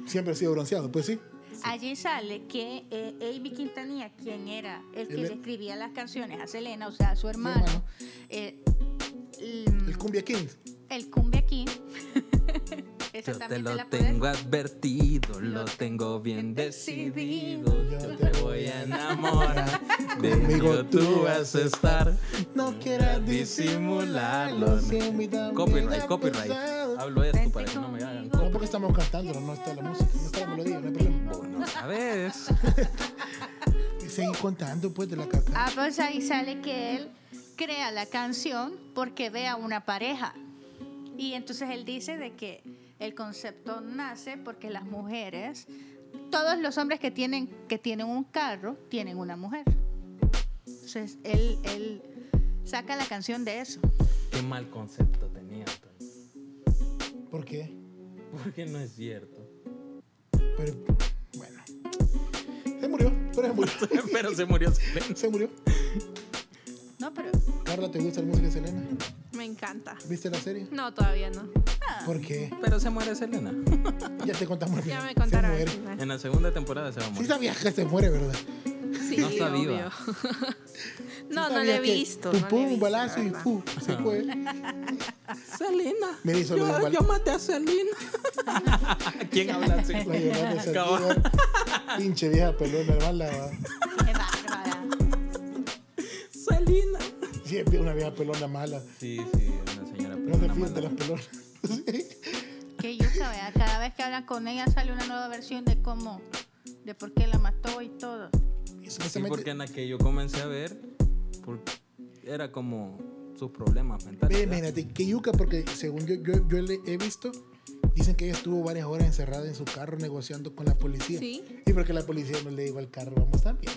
S2: Siempre he sido bronceado, pues sí.
S4: Allí sale que eh, A.B. Quintanilla, quien era el que
S2: Él es-
S4: le escribía las canciones a Selena, o sea, a su hermano,
S2: e- hermano.
S4: eh,
S2: El Cumbia Kings.
S4: el cumbia aquí. Esa
S1: Yo te
S4: también
S1: lo
S4: la puedes-
S1: tengo advertido, lo tengo bien decidido.
S2: Yo
S1: Yo
S2: te
S1: te voy a enamorar.
S2: Conmigo
S1: Conmigo
S2: tú
S1: tú vas a estar.
S2: No
S1: quieras disimularlo. Copyright, copyright. Hablo esto para que no me hagan
S2: No
S1: copyright.
S2: porque estamos cantando, no está la música, no está la melodía, no hay problema.
S1: No sabes.
S2: Y seguir contando pues de la caca.
S4: Ah, pues ahí sale que él crea la canción porque ve a una pareja. Y entonces él dice de que el concepto nace porque las mujeres, todos los hombres que tienen, que tienen un carro, tienen una mujer. Entonces él, él saca la canción de eso.
S1: Qué mal concepto tenía, Antonio.
S2: ¿Por qué?
S1: Porque no es cierto.
S2: Pero bueno. Se murió, pero se murió.
S1: Pero se murió Selena.
S2: Se murió.
S4: No, pero
S2: Carla, ¿te gusta la música de Selena?
S5: Me encanta.
S2: ¿Viste la serie?
S5: No, todavía no.
S2: ¿Por qué?
S1: Pero se muere Selena.
S2: Ya te contamos. el
S5: Ah.
S2: final. Se
S5: Ya me contaron.
S2: muere.
S5: al final.
S1: En la segunda temporada se va a
S2: Sí
S1: morir.
S2: sabías que se muere, ¿verdad?
S5: Sí,
S1: No está
S5: obvio.
S1: viva.
S5: no,
S2: Sí
S5: no
S2: sabías
S5: le he
S2: que
S5: visto.
S2: Pum,
S5: no le he
S2: pum,
S5: visto,
S2: balazo
S5: la
S2: y
S5: verdad.
S2: pum, se fue.
S1: Selena.
S2: Mira, y solo de bal-
S1: maté a Selena. ¿Quién habla así?
S2: La llorando de
S1: Cabrón.
S2: Saldívar. Pinche vieja pelona, hermana.
S4: es bárbara.
S1: Selena.
S2: Sí, una vieja pelona mala.
S1: Sí, sí, una señora.
S2: No te
S1: pelona
S2: fíes de
S1: mala.
S2: las pelonas. Sí.
S4: Que yo sabía, cada vez que hablan con ella sale una nueva versión de cómo, de por qué la mató y todo.
S2: Y
S1: Sí,
S2: supuestamente-
S1: porque en la que yo comencé a ver, por- era como sus problemas
S2: Ve,
S1: mentales. ¿verdad?
S2: imagínate, que yuca, porque según yo, yo, yo le he visto, dicen que ella estuvo varias horas encerrada en su carro negociando con la policía.
S5: Sí.
S2: Y porque la policía no le dijo al carro, vamos también.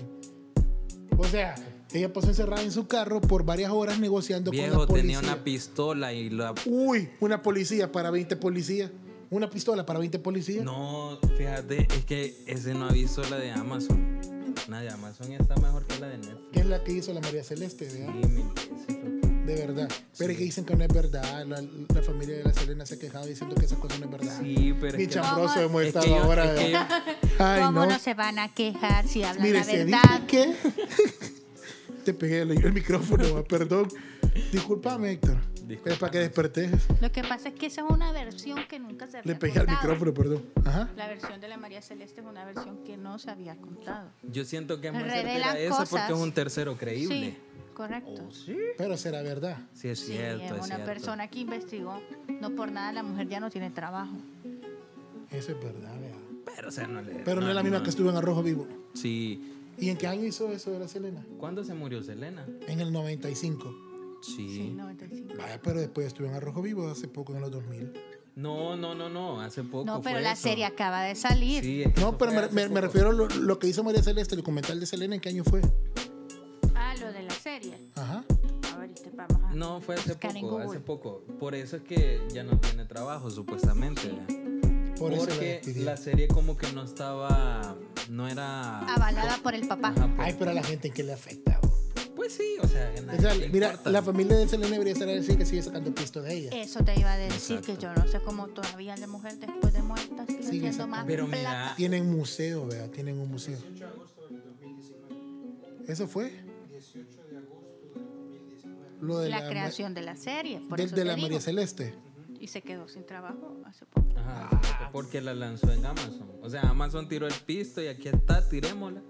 S2: O sea, ella pasó encerrada en su carro por varias horas negociando con la
S1: Viejo
S2: policía.
S1: tenía una pistola y la.
S2: Uy, una policía para 20 policías. Una pistola para 20 policías.
S1: No, fíjate, es que ese no ha visto la de Amazon. La de Amazon está mejor que la de Netflix.
S2: Que es la que hizo la María Celeste,
S1: Sí,
S2: ¿verdad?
S1: mil veces, loco.
S2: De verdad. Pero es
S1: Sí.
S2: que dicen que no es verdad. La, la familia de la Selena se ha quejado diciendo que esas cosas no es verdad.
S1: Sí, pero
S2: Bien
S1: es que,
S2: chambroso hemos
S1: es que
S2: estado
S1: yo-
S2: ahora.
S1: es que
S2: ¿verdad?
S1: yo-
S2: Ay,
S4: ¿Cómo
S2: no.
S4: no. se van a quejar si hablan
S2: Mire,
S4: la
S2: se
S4: verdad?
S2: dice que. Te pegué el, el micrófono, va, perdón. Discúlpame, Héctor. Es para que desperté.
S4: Lo que pasa es que esa es una versión que nunca se había
S2: Le pegué al
S4: contado.
S2: micrófono, perdón. Ajá.
S4: La versión de la María Celeste es una versión que no se había contado.
S1: yo siento que es más
S4: Revelan
S1: certera esa porque es
S4: cosas.
S1: un tercero creíble.
S4: Sí, correcto.
S1: sí?
S2: Pero será verdad.
S1: Oh, es
S4: Sí,
S1: cierto,
S4: es
S1: es,
S4: una
S1: cierto.
S4: persona que investigó. No por nada la mujer ya no tiene trabajo.
S2: Eso es verdad, vea.
S1: Pero, o sea, no le-
S2: Pero no, es la misma que estuvo en Arrojo Vivo.
S1: Sí.
S2: ¿Y en qué año hizo eso de la Selena?
S1: ¿Cuándo se murió Selena?
S2: En el 95.
S4: Sí,
S1: Sí.
S4: 95.
S2: Vaya, pero después estuvo en Arrojo Vivo hace poco, en los 2000.
S1: No, no, no, no. Hace poco.
S4: No, pero
S1: fue
S4: la
S1: eso.
S4: serie acaba de salir.
S1: Sí, es que
S2: No,
S1: eso
S2: pero
S1: fue
S2: me,
S1: hace
S2: me- me
S1: poco.
S2: refiero a lo, lo que hizo María Celeste, el documental de Selena, ¿en qué año fue?
S4: Ah, lo de la serie.
S2: Ajá.
S4: Ahorita vamos a...
S1: No, fue hace
S4: Buscar en
S1: poco, hace
S4: Ah, pues Google.
S1: poco. Por eso es que ya no tiene trabajo, supuestamente. ¿verdad?
S2: Por eso la
S1: Porque
S2: despidieron.
S1: la serie como que no estaba, no era...
S4: Avalada por el papá.
S1: Ajá, pues,
S2: Ay, pero a la gente en qué le afecta. bo?
S1: pues sí, o sea, en
S2: O sea,
S1: le
S2: mira,
S1: importa.
S2: la familia de Selena debería estar así que sigue sacando pisto de ella.
S4: Eso te iba a decir
S1: Exacto.
S4: que yo no sé cómo todavía la mujer después de muerta sigue
S2: Sigue
S4: siendo
S2: sacando.
S4: más
S1: Pero
S4: plata.
S1: mira,
S2: Tienen museo, vea, tienen un museo. ¿Eso fue? Lo de
S4: la creación de la serie. Por
S2: de,
S4: eso
S2: de
S4: te
S2: la
S4: digo.
S2: María Celeste.
S4: Y se quedó sin trabajo hace poco.
S1: Ajá,
S2: Ah.
S1: hace poco, porque la lanzó en Amazon. O sea, Amazon tiró el pisto y aquí está, tirémosla.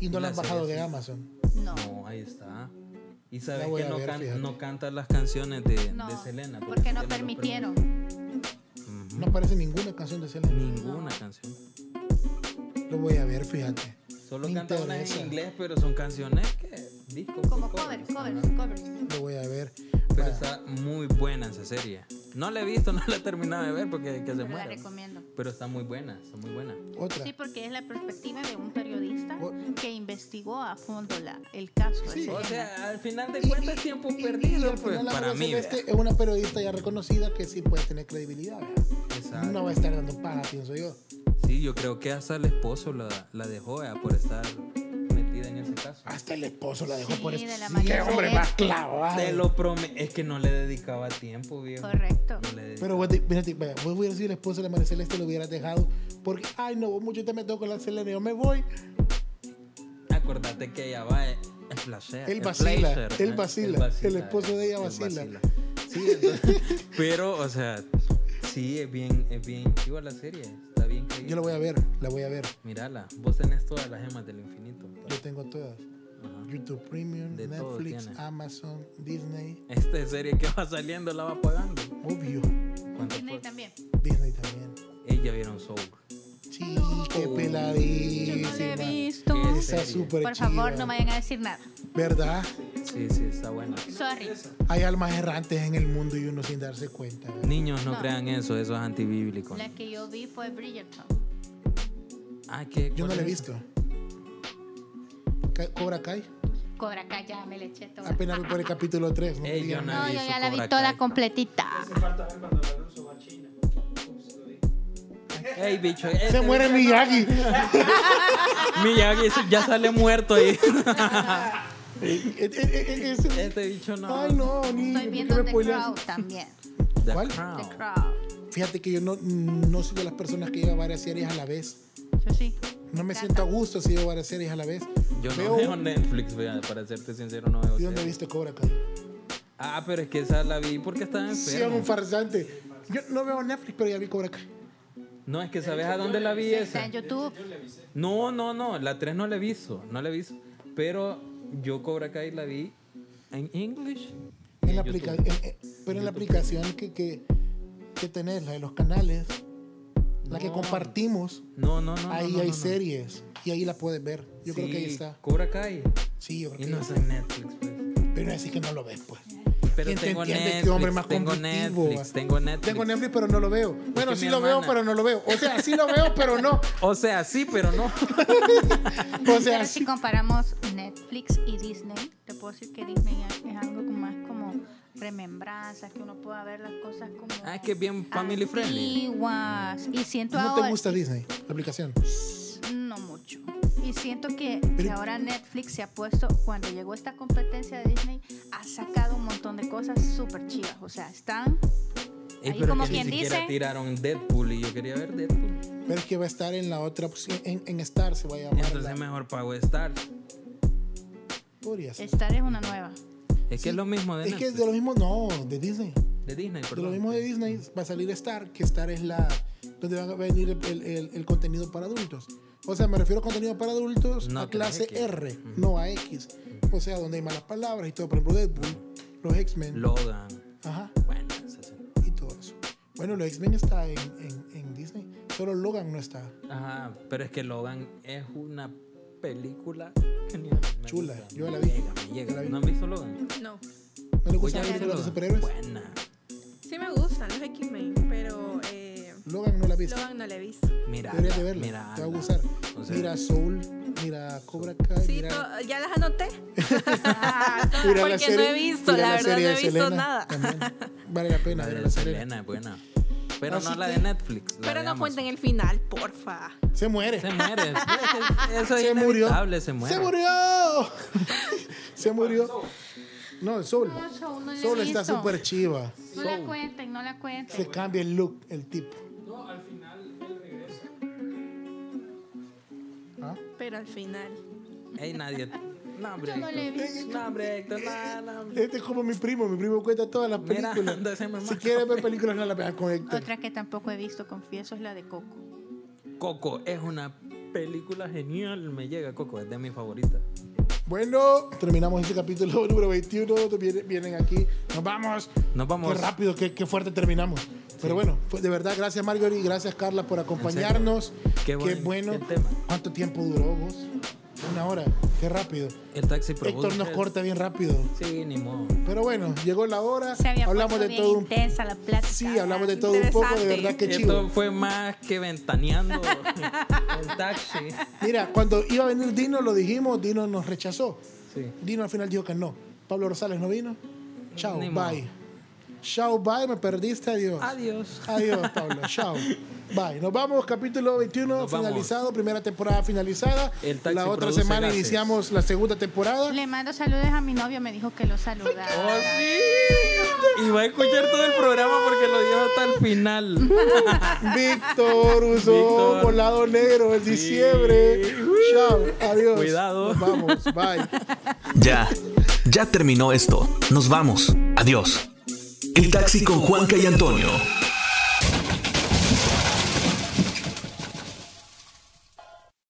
S2: Y no la han
S1: La
S2: bajado
S1: serie,
S2: de Amazon.
S4: No.
S1: No, ahí está. Y sabes
S2: voy
S1: que
S2: a
S1: no,
S2: ver,
S1: can-
S2: fíjate.
S1: no canta las canciones de,
S4: No,
S1: de Selena.
S4: porque no
S1: lo
S4: permitieron.
S1: permiten. Ujú.
S2: No aparece ninguna canción de Selena.
S1: Ninguna canción.
S2: Lo voy a ver, fíjate.
S1: Solo
S2: Me
S1: cantan unas
S2: interesa.
S1: en inglés, pero son canciones que. Discos
S4: Como
S1: que
S4: cover,
S1: covers.
S4: cover,
S1: Ajá.
S4: cover.
S2: Lo voy a ver.
S1: Pero
S2: Va.
S1: está muy buena esa serie. No la he visto, no la he terminado de ver porque que se
S4: Pero la
S1: muere.
S4: recomiendo.
S1: Pero está muy buena, está muy buena.
S2: Otra.
S4: Sí, porque es la perspectiva de un periodista
S2: Oh.
S4: que investigó a fondo la, el caso. de
S1: O
S4: Selena.
S1: sea, al final de
S2: Y-
S1: cuentas
S2: y-
S1: es tiempo
S2: y- y- y
S1: perdido,
S2: al
S1: pues,
S2: final la
S1: para
S2: Rosa
S1: mí.
S2: Celeste es una periodista ya reconocida que sí puede tener credibilidad. ¿verdad?
S1: vea. Exacto.
S2: No va a estar dando paja, pienso yo.
S1: Sí, yo creo que hasta el esposo la, la dejó vea, por estar metida en ese caso.
S2: Hasta el esposo la dejó
S4: Sí,
S2: por
S4: de
S2: eso.
S4: la
S2: ¡Qué
S4: María
S2: hombre
S4: Celeste.
S2: más clavado!
S1: Te lo prometo. Es que no le dedicaba tiempo, viejo.
S4: Correcto.
S1: No le dedicaba.
S2: Pero vos, di- mírate, vaya, vos hubieras sido el esposo de la María Celeste y lo hubieras dejado. Porque, ay, no, vos mucho te me con la Selena, yo me voy.
S1: Acordate que ella va a flashear.
S2: Él
S1: el
S2: vacila,
S1: flasher,
S2: él
S1: ¿eh?
S2: vacila,
S1: Él
S2: el esposo de ella
S1: él
S2: vacila.
S1: Sí, entonces- pero, o sea, sí, es bien, es bien chiva la serie. Está bien creíble.
S2: Yo la voy a ver, la voy a ver.
S1: Mírala, vos tenés todas las gemas del infinito.
S2: Yo tengo todas.
S1: Ajá.
S2: YouTube Premium,
S1: De todo
S2: Netflix,
S1: tiene.
S2: Amazon, Disney.
S1: Esta serie que va saliendo la va pagando.
S2: Obvio,
S1: ¿Cuánto
S4: Disney
S1: fue?
S4: también.
S2: Disney también.
S1: Ella vieron Soul.
S2: Sí, qué
S1: Yo no
S5: Yo
S2: peladísima.
S5: no la he visto.
S1: ¿Qué es?
S2: Está
S1: Serie.
S2: súper
S4: Por favor,
S2: chiva.
S4: no vayan a decir nada.
S2: ¿Verdad?
S1: Sí, sí, está buena.
S4: Sorry.
S2: Hay almas errantes en el mundo y uno sin darse cuenta. ¿verdad?
S1: Niños, no, crean eso, eso es antibíblico.
S4: La que yo vi fue Bridgerton.
S1: Ah, ¿qué?
S2: Yo no
S1: ¿Cuál
S2: la he
S1: es?
S2: visto. Ca- Cobra Kai.
S4: Cobra Kai ya me le eché toda.
S2: Apenas voy por el capítulo 3. No me
S1: Ey,
S2: digan
S1: yo
S2: nada.
S4: No,
S1: Nadie
S4: yo
S1: hizo
S4: ya la vi
S1: Cobra
S4: toda
S1: Kai.
S4: completita.
S6: Hace falta ver cuando la luz va a China. Ups, lo dije.
S1: Ey, bicho. este
S2: Se muere
S1: bicho no-
S2: Miyagi.
S1: Miyagi ya sale muerto ahí.
S2: Eh, eh, eh, ese-
S1: Este bicho no.
S2: Ay, no, ni.
S4: Estoy
S2: ¿por qué
S4: viendo
S2: me
S4: The
S2: spoileas?
S4: Crow también.
S1: The
S2: ¿Cuál?
S1: Crown.
S4: The Crow.
S2: Fíjate que yo no, no soy de las personas que lleva varias series a la vez.
S4: Yo sí.
S2: No me
S4: Canta.
S2: siento a gusto si llevo varias series a la vez.
S1: Yo no
S2: Veo-
S1: veo Netflix, vea, para serte sincero, no veo.
S2: ¿De dónde
S1: series.
S2: viste Cobra Kai?
S1: Ah, pero es que esa la vi porque estaba
S2: Sí, era
S1: enfermo.
S2: un farsante. Yo no veo Netflix, pero ya vi Cobra Kai.
S1: No, es que sabes a dónde la vi
S4: Está
S1: esa.
S4: en YouTube.
S1: No, no, no, la 3 no la he visto, no la he visto. Pero yo Cobra Kai la vi en English.
S2: En la
S1: YouTube.
S2: aplica- en- en- pero en la aplicación que, que, que tenés, la de los canales, la que
S1: No.
S2: compartimos,
S1: No, no, no, no.
S2: ahí
S1: no,
S2: hay
S1: no, no.
S2: series y ahí la puedes ver. Yo creo que ahí
S1: Sí,
S2: está.
S1: Cobra Kai.
S2: Sí, yo creo
S1: Y
S2: que
S1: no
S2: ahí
S1: está
S2: está.
S1: en Netflix, pues.
S2: Pero así que no lo ves, pues.
S1: Pero
S2: ¿Quién te
S1: tengo
S2: entiende? Qué
S1: Netflix,
S2: hombre más
S1: tengo
S2: competitivo,
S1: Netflix,
S2: va.
S1: tengo Netflix.
S2: Tengo Netflix, pero no lo veo. Bueno,
S1: que
S2: sí
S1: mi
S2: lo veo,
S1: hermana-
S2: pero no lo veo. O sea, sí lo veo, pero no.
S1: O sea, sí, pero no.
S2: O
S4: Pero
S2: sea,
S4: si
S2: sí.
S4: comparamos Netflix y Disney, te puedo decir que Disney es es algo como más como remembranzas, que uno pueda ver las cosas como
S1: Ah, es que es bien family friendly.
S4: antiguas. Y siento
S2: ¿No
S4: ahora
S2: te gusta Disney, la aplicación?
S4: no mucho. Y siento que, que
S2: Pero-
S4: ahora Netflix se ha puesto, cuando llegó esta competencia de Disney, ha sacado un montón de cosas súper chivas. O sea, están
S1: Ey,
S4: Ahí
S1: pero
S4: como
S1: que
S4: quien
S1: ni siquiera
S4: dice.
S1: tiraron Deadpool y yo quería ver Deadpool.
S2: Pero es que va a estar en la otra opción, en, en Star se va a llamar.
S1: Entonces
S2: la-
S1: mejor pago Star.
S2: podría ser.
S4: Star es una nueva.
S1: Es que es lo mismo de,
S2: Es que
S1: Netflix,
S2: es de lo mismo, no, de Disney.
S1: de Disney,
S2: De
S1: perdón.
S2: lo mismo de Disney va a salir Star, que Star es la donde va a venir el, el- el- el contenido para adultos. O sea, me refiero a contenido para adultos
S1: No,
S2: a
S1: pero
S2: clase
S1: X.
S2: R,
S1: Ujú.
S2: no a X. O sea, donde hay malas palabras y todo, por ejemplo, Deadpool, los X-Men,
S1: Logan.
S2: ajá,
S1: Bueno, esa sí.
S2: y todo eso. Bueno, los X-Men está en, en- en Disney, solo Logan no está.
S1: Ajá, pero es que Logan es una película genial. Me
S2: Chula,
S1: gusta,
S2: yo
S1: me
S2: la vi,
S1: Llega, me
S2: yo la
S1: llega.
S2: vi.
S1: ¿No han visto Logan?
S5: No.
S2: ¿No le
S1: Voy
S2: gustan
S1: a ver
S2: las películas de
S1: Logan.
S2: superhéroes?
S1: Buena.
S5: Sí me gustan los X-Men, pero eh,
S2: Logan no la viste.
S5: Logan no la he visto.
S1: Mira.
S2: Deberías de verla,
S1: Mira.
S2: te va a gustar.
S1: O sea,
S2: mira Soul, mira Cobra Kai,
S5: Sí,
S2: mira...
S5: to- ya las anoté.
S2: Mira la
S5: porque
S2: serie-
S5: no he visto,
S2: mira
S5: la, verdad no
S2: serie
S5: he
S2: de
S5: visto
S2: Selena
S5: nada.
S2: también. Vale la pena
S1: la
S2: ver
S1: de
S2: la Selena.
S1: Selena es buena. Pero
S2: Así
S1: no la de
S2: que-
S1: Netflix. la
S5: Pero
S1: de
S5: no
S1: Amazon.
S5: cuenten el final, porfa.
S2: Se muere.
S1: Se muere. Eso es
S2: Se murió.
S1: inevitable, se muere.
S2: murió. se murió. No, el sol.
S4: No, Soul no la he
S2: Sol está
S4: visto.
S2: súper chiva.
S4: No la cuenten, no la cuenten.
S2: Se cambia el look, el tipo.
S6: No, al final él regresa.
S2: ¿Ah?
S5: Pero al final.
S1: Ey, nadie. No, hombre.
S4: Yo no le he
S1: Héctor.
S4: visto.
S1: No, hombre, Héctor, no, no, hombre.
S2: Este es como mi primo. Mi primo cuenta todas las
S1: Mira,
S2: películas.
S1: anda, se me
S2: si
S1: marca.
S2: quieres ver películas, no las veas con Héctor.
S4: Otra que tampoco he visto, confieso, es la de Coco.
S1: Coco es una película genial. Me llega Coco, es de mis favoritas.
S2: Bueno, terminamos este capítulo número 21. Vienen, vienen aquí. Nos vamos.
S1: Nos vamos.
S2: Qué rápido, qué, qué fuerte terminamos. Pero bueno, pues, de verdad, gracias Marjorie, gracias Carla por acompañarnos.
S1: Qué buen- qué tema.
S2: ¿Cuánto tiempo duró vos? Una hora, qué rápido.
S1: El taxi Pro
S2: Héctor nos
S1: Buses.
S2: corta bien rápido.
S1: Sí, ni modo.
S2: Pero bueno, llegó la hora,
S4: Se había
S2: hablamos
S4: puesto
S2: de
S4: bien
S2: todo un
S4: intensa la plática.
S2: Sí, hablamos de todo un poco, de
S5: Interesante.
S2: verdad que chido.
S1: Esto fue más que ventaneando el taxi.
S2: Mira, cuando iba a venir Dino, lo dijimos, Dino nos rechazó.
S1: Sí.
S2: Dino al final dijo que no. Pablo Rosales no vino. Chao,
S1: Ni modo.
S2: bye. Chao, bye, me perdiste, adiós.
S1: Adiós.
S2: Adiós, Pablo. Chao. Bye. Nos vamos, capítulo 21
S1: Nos vamos.
S2: finalizado, primera temporada finalizada.
S1: El taxi
S2: la otra
S1: produce
S2: semana
S1: gases.
S2: iniciamos la segunda temporada.
S4: Le mando saludos a mi novio, me dijo que lo saludara.
S1: Oh,
S2: Oh,
S1: Y va a escuchar todo el programa porque lo lleva hasta el final.
S2: Víctor usó
S1: Víctor.
S2: volado negro en diciembre. Chao, adiós.
S1: Cuidado.
S2: Nos vamos, bye.
S3: Ya, ya terminó esto. Nos vamos. Adiós. El taxi con Juanca y Antonio.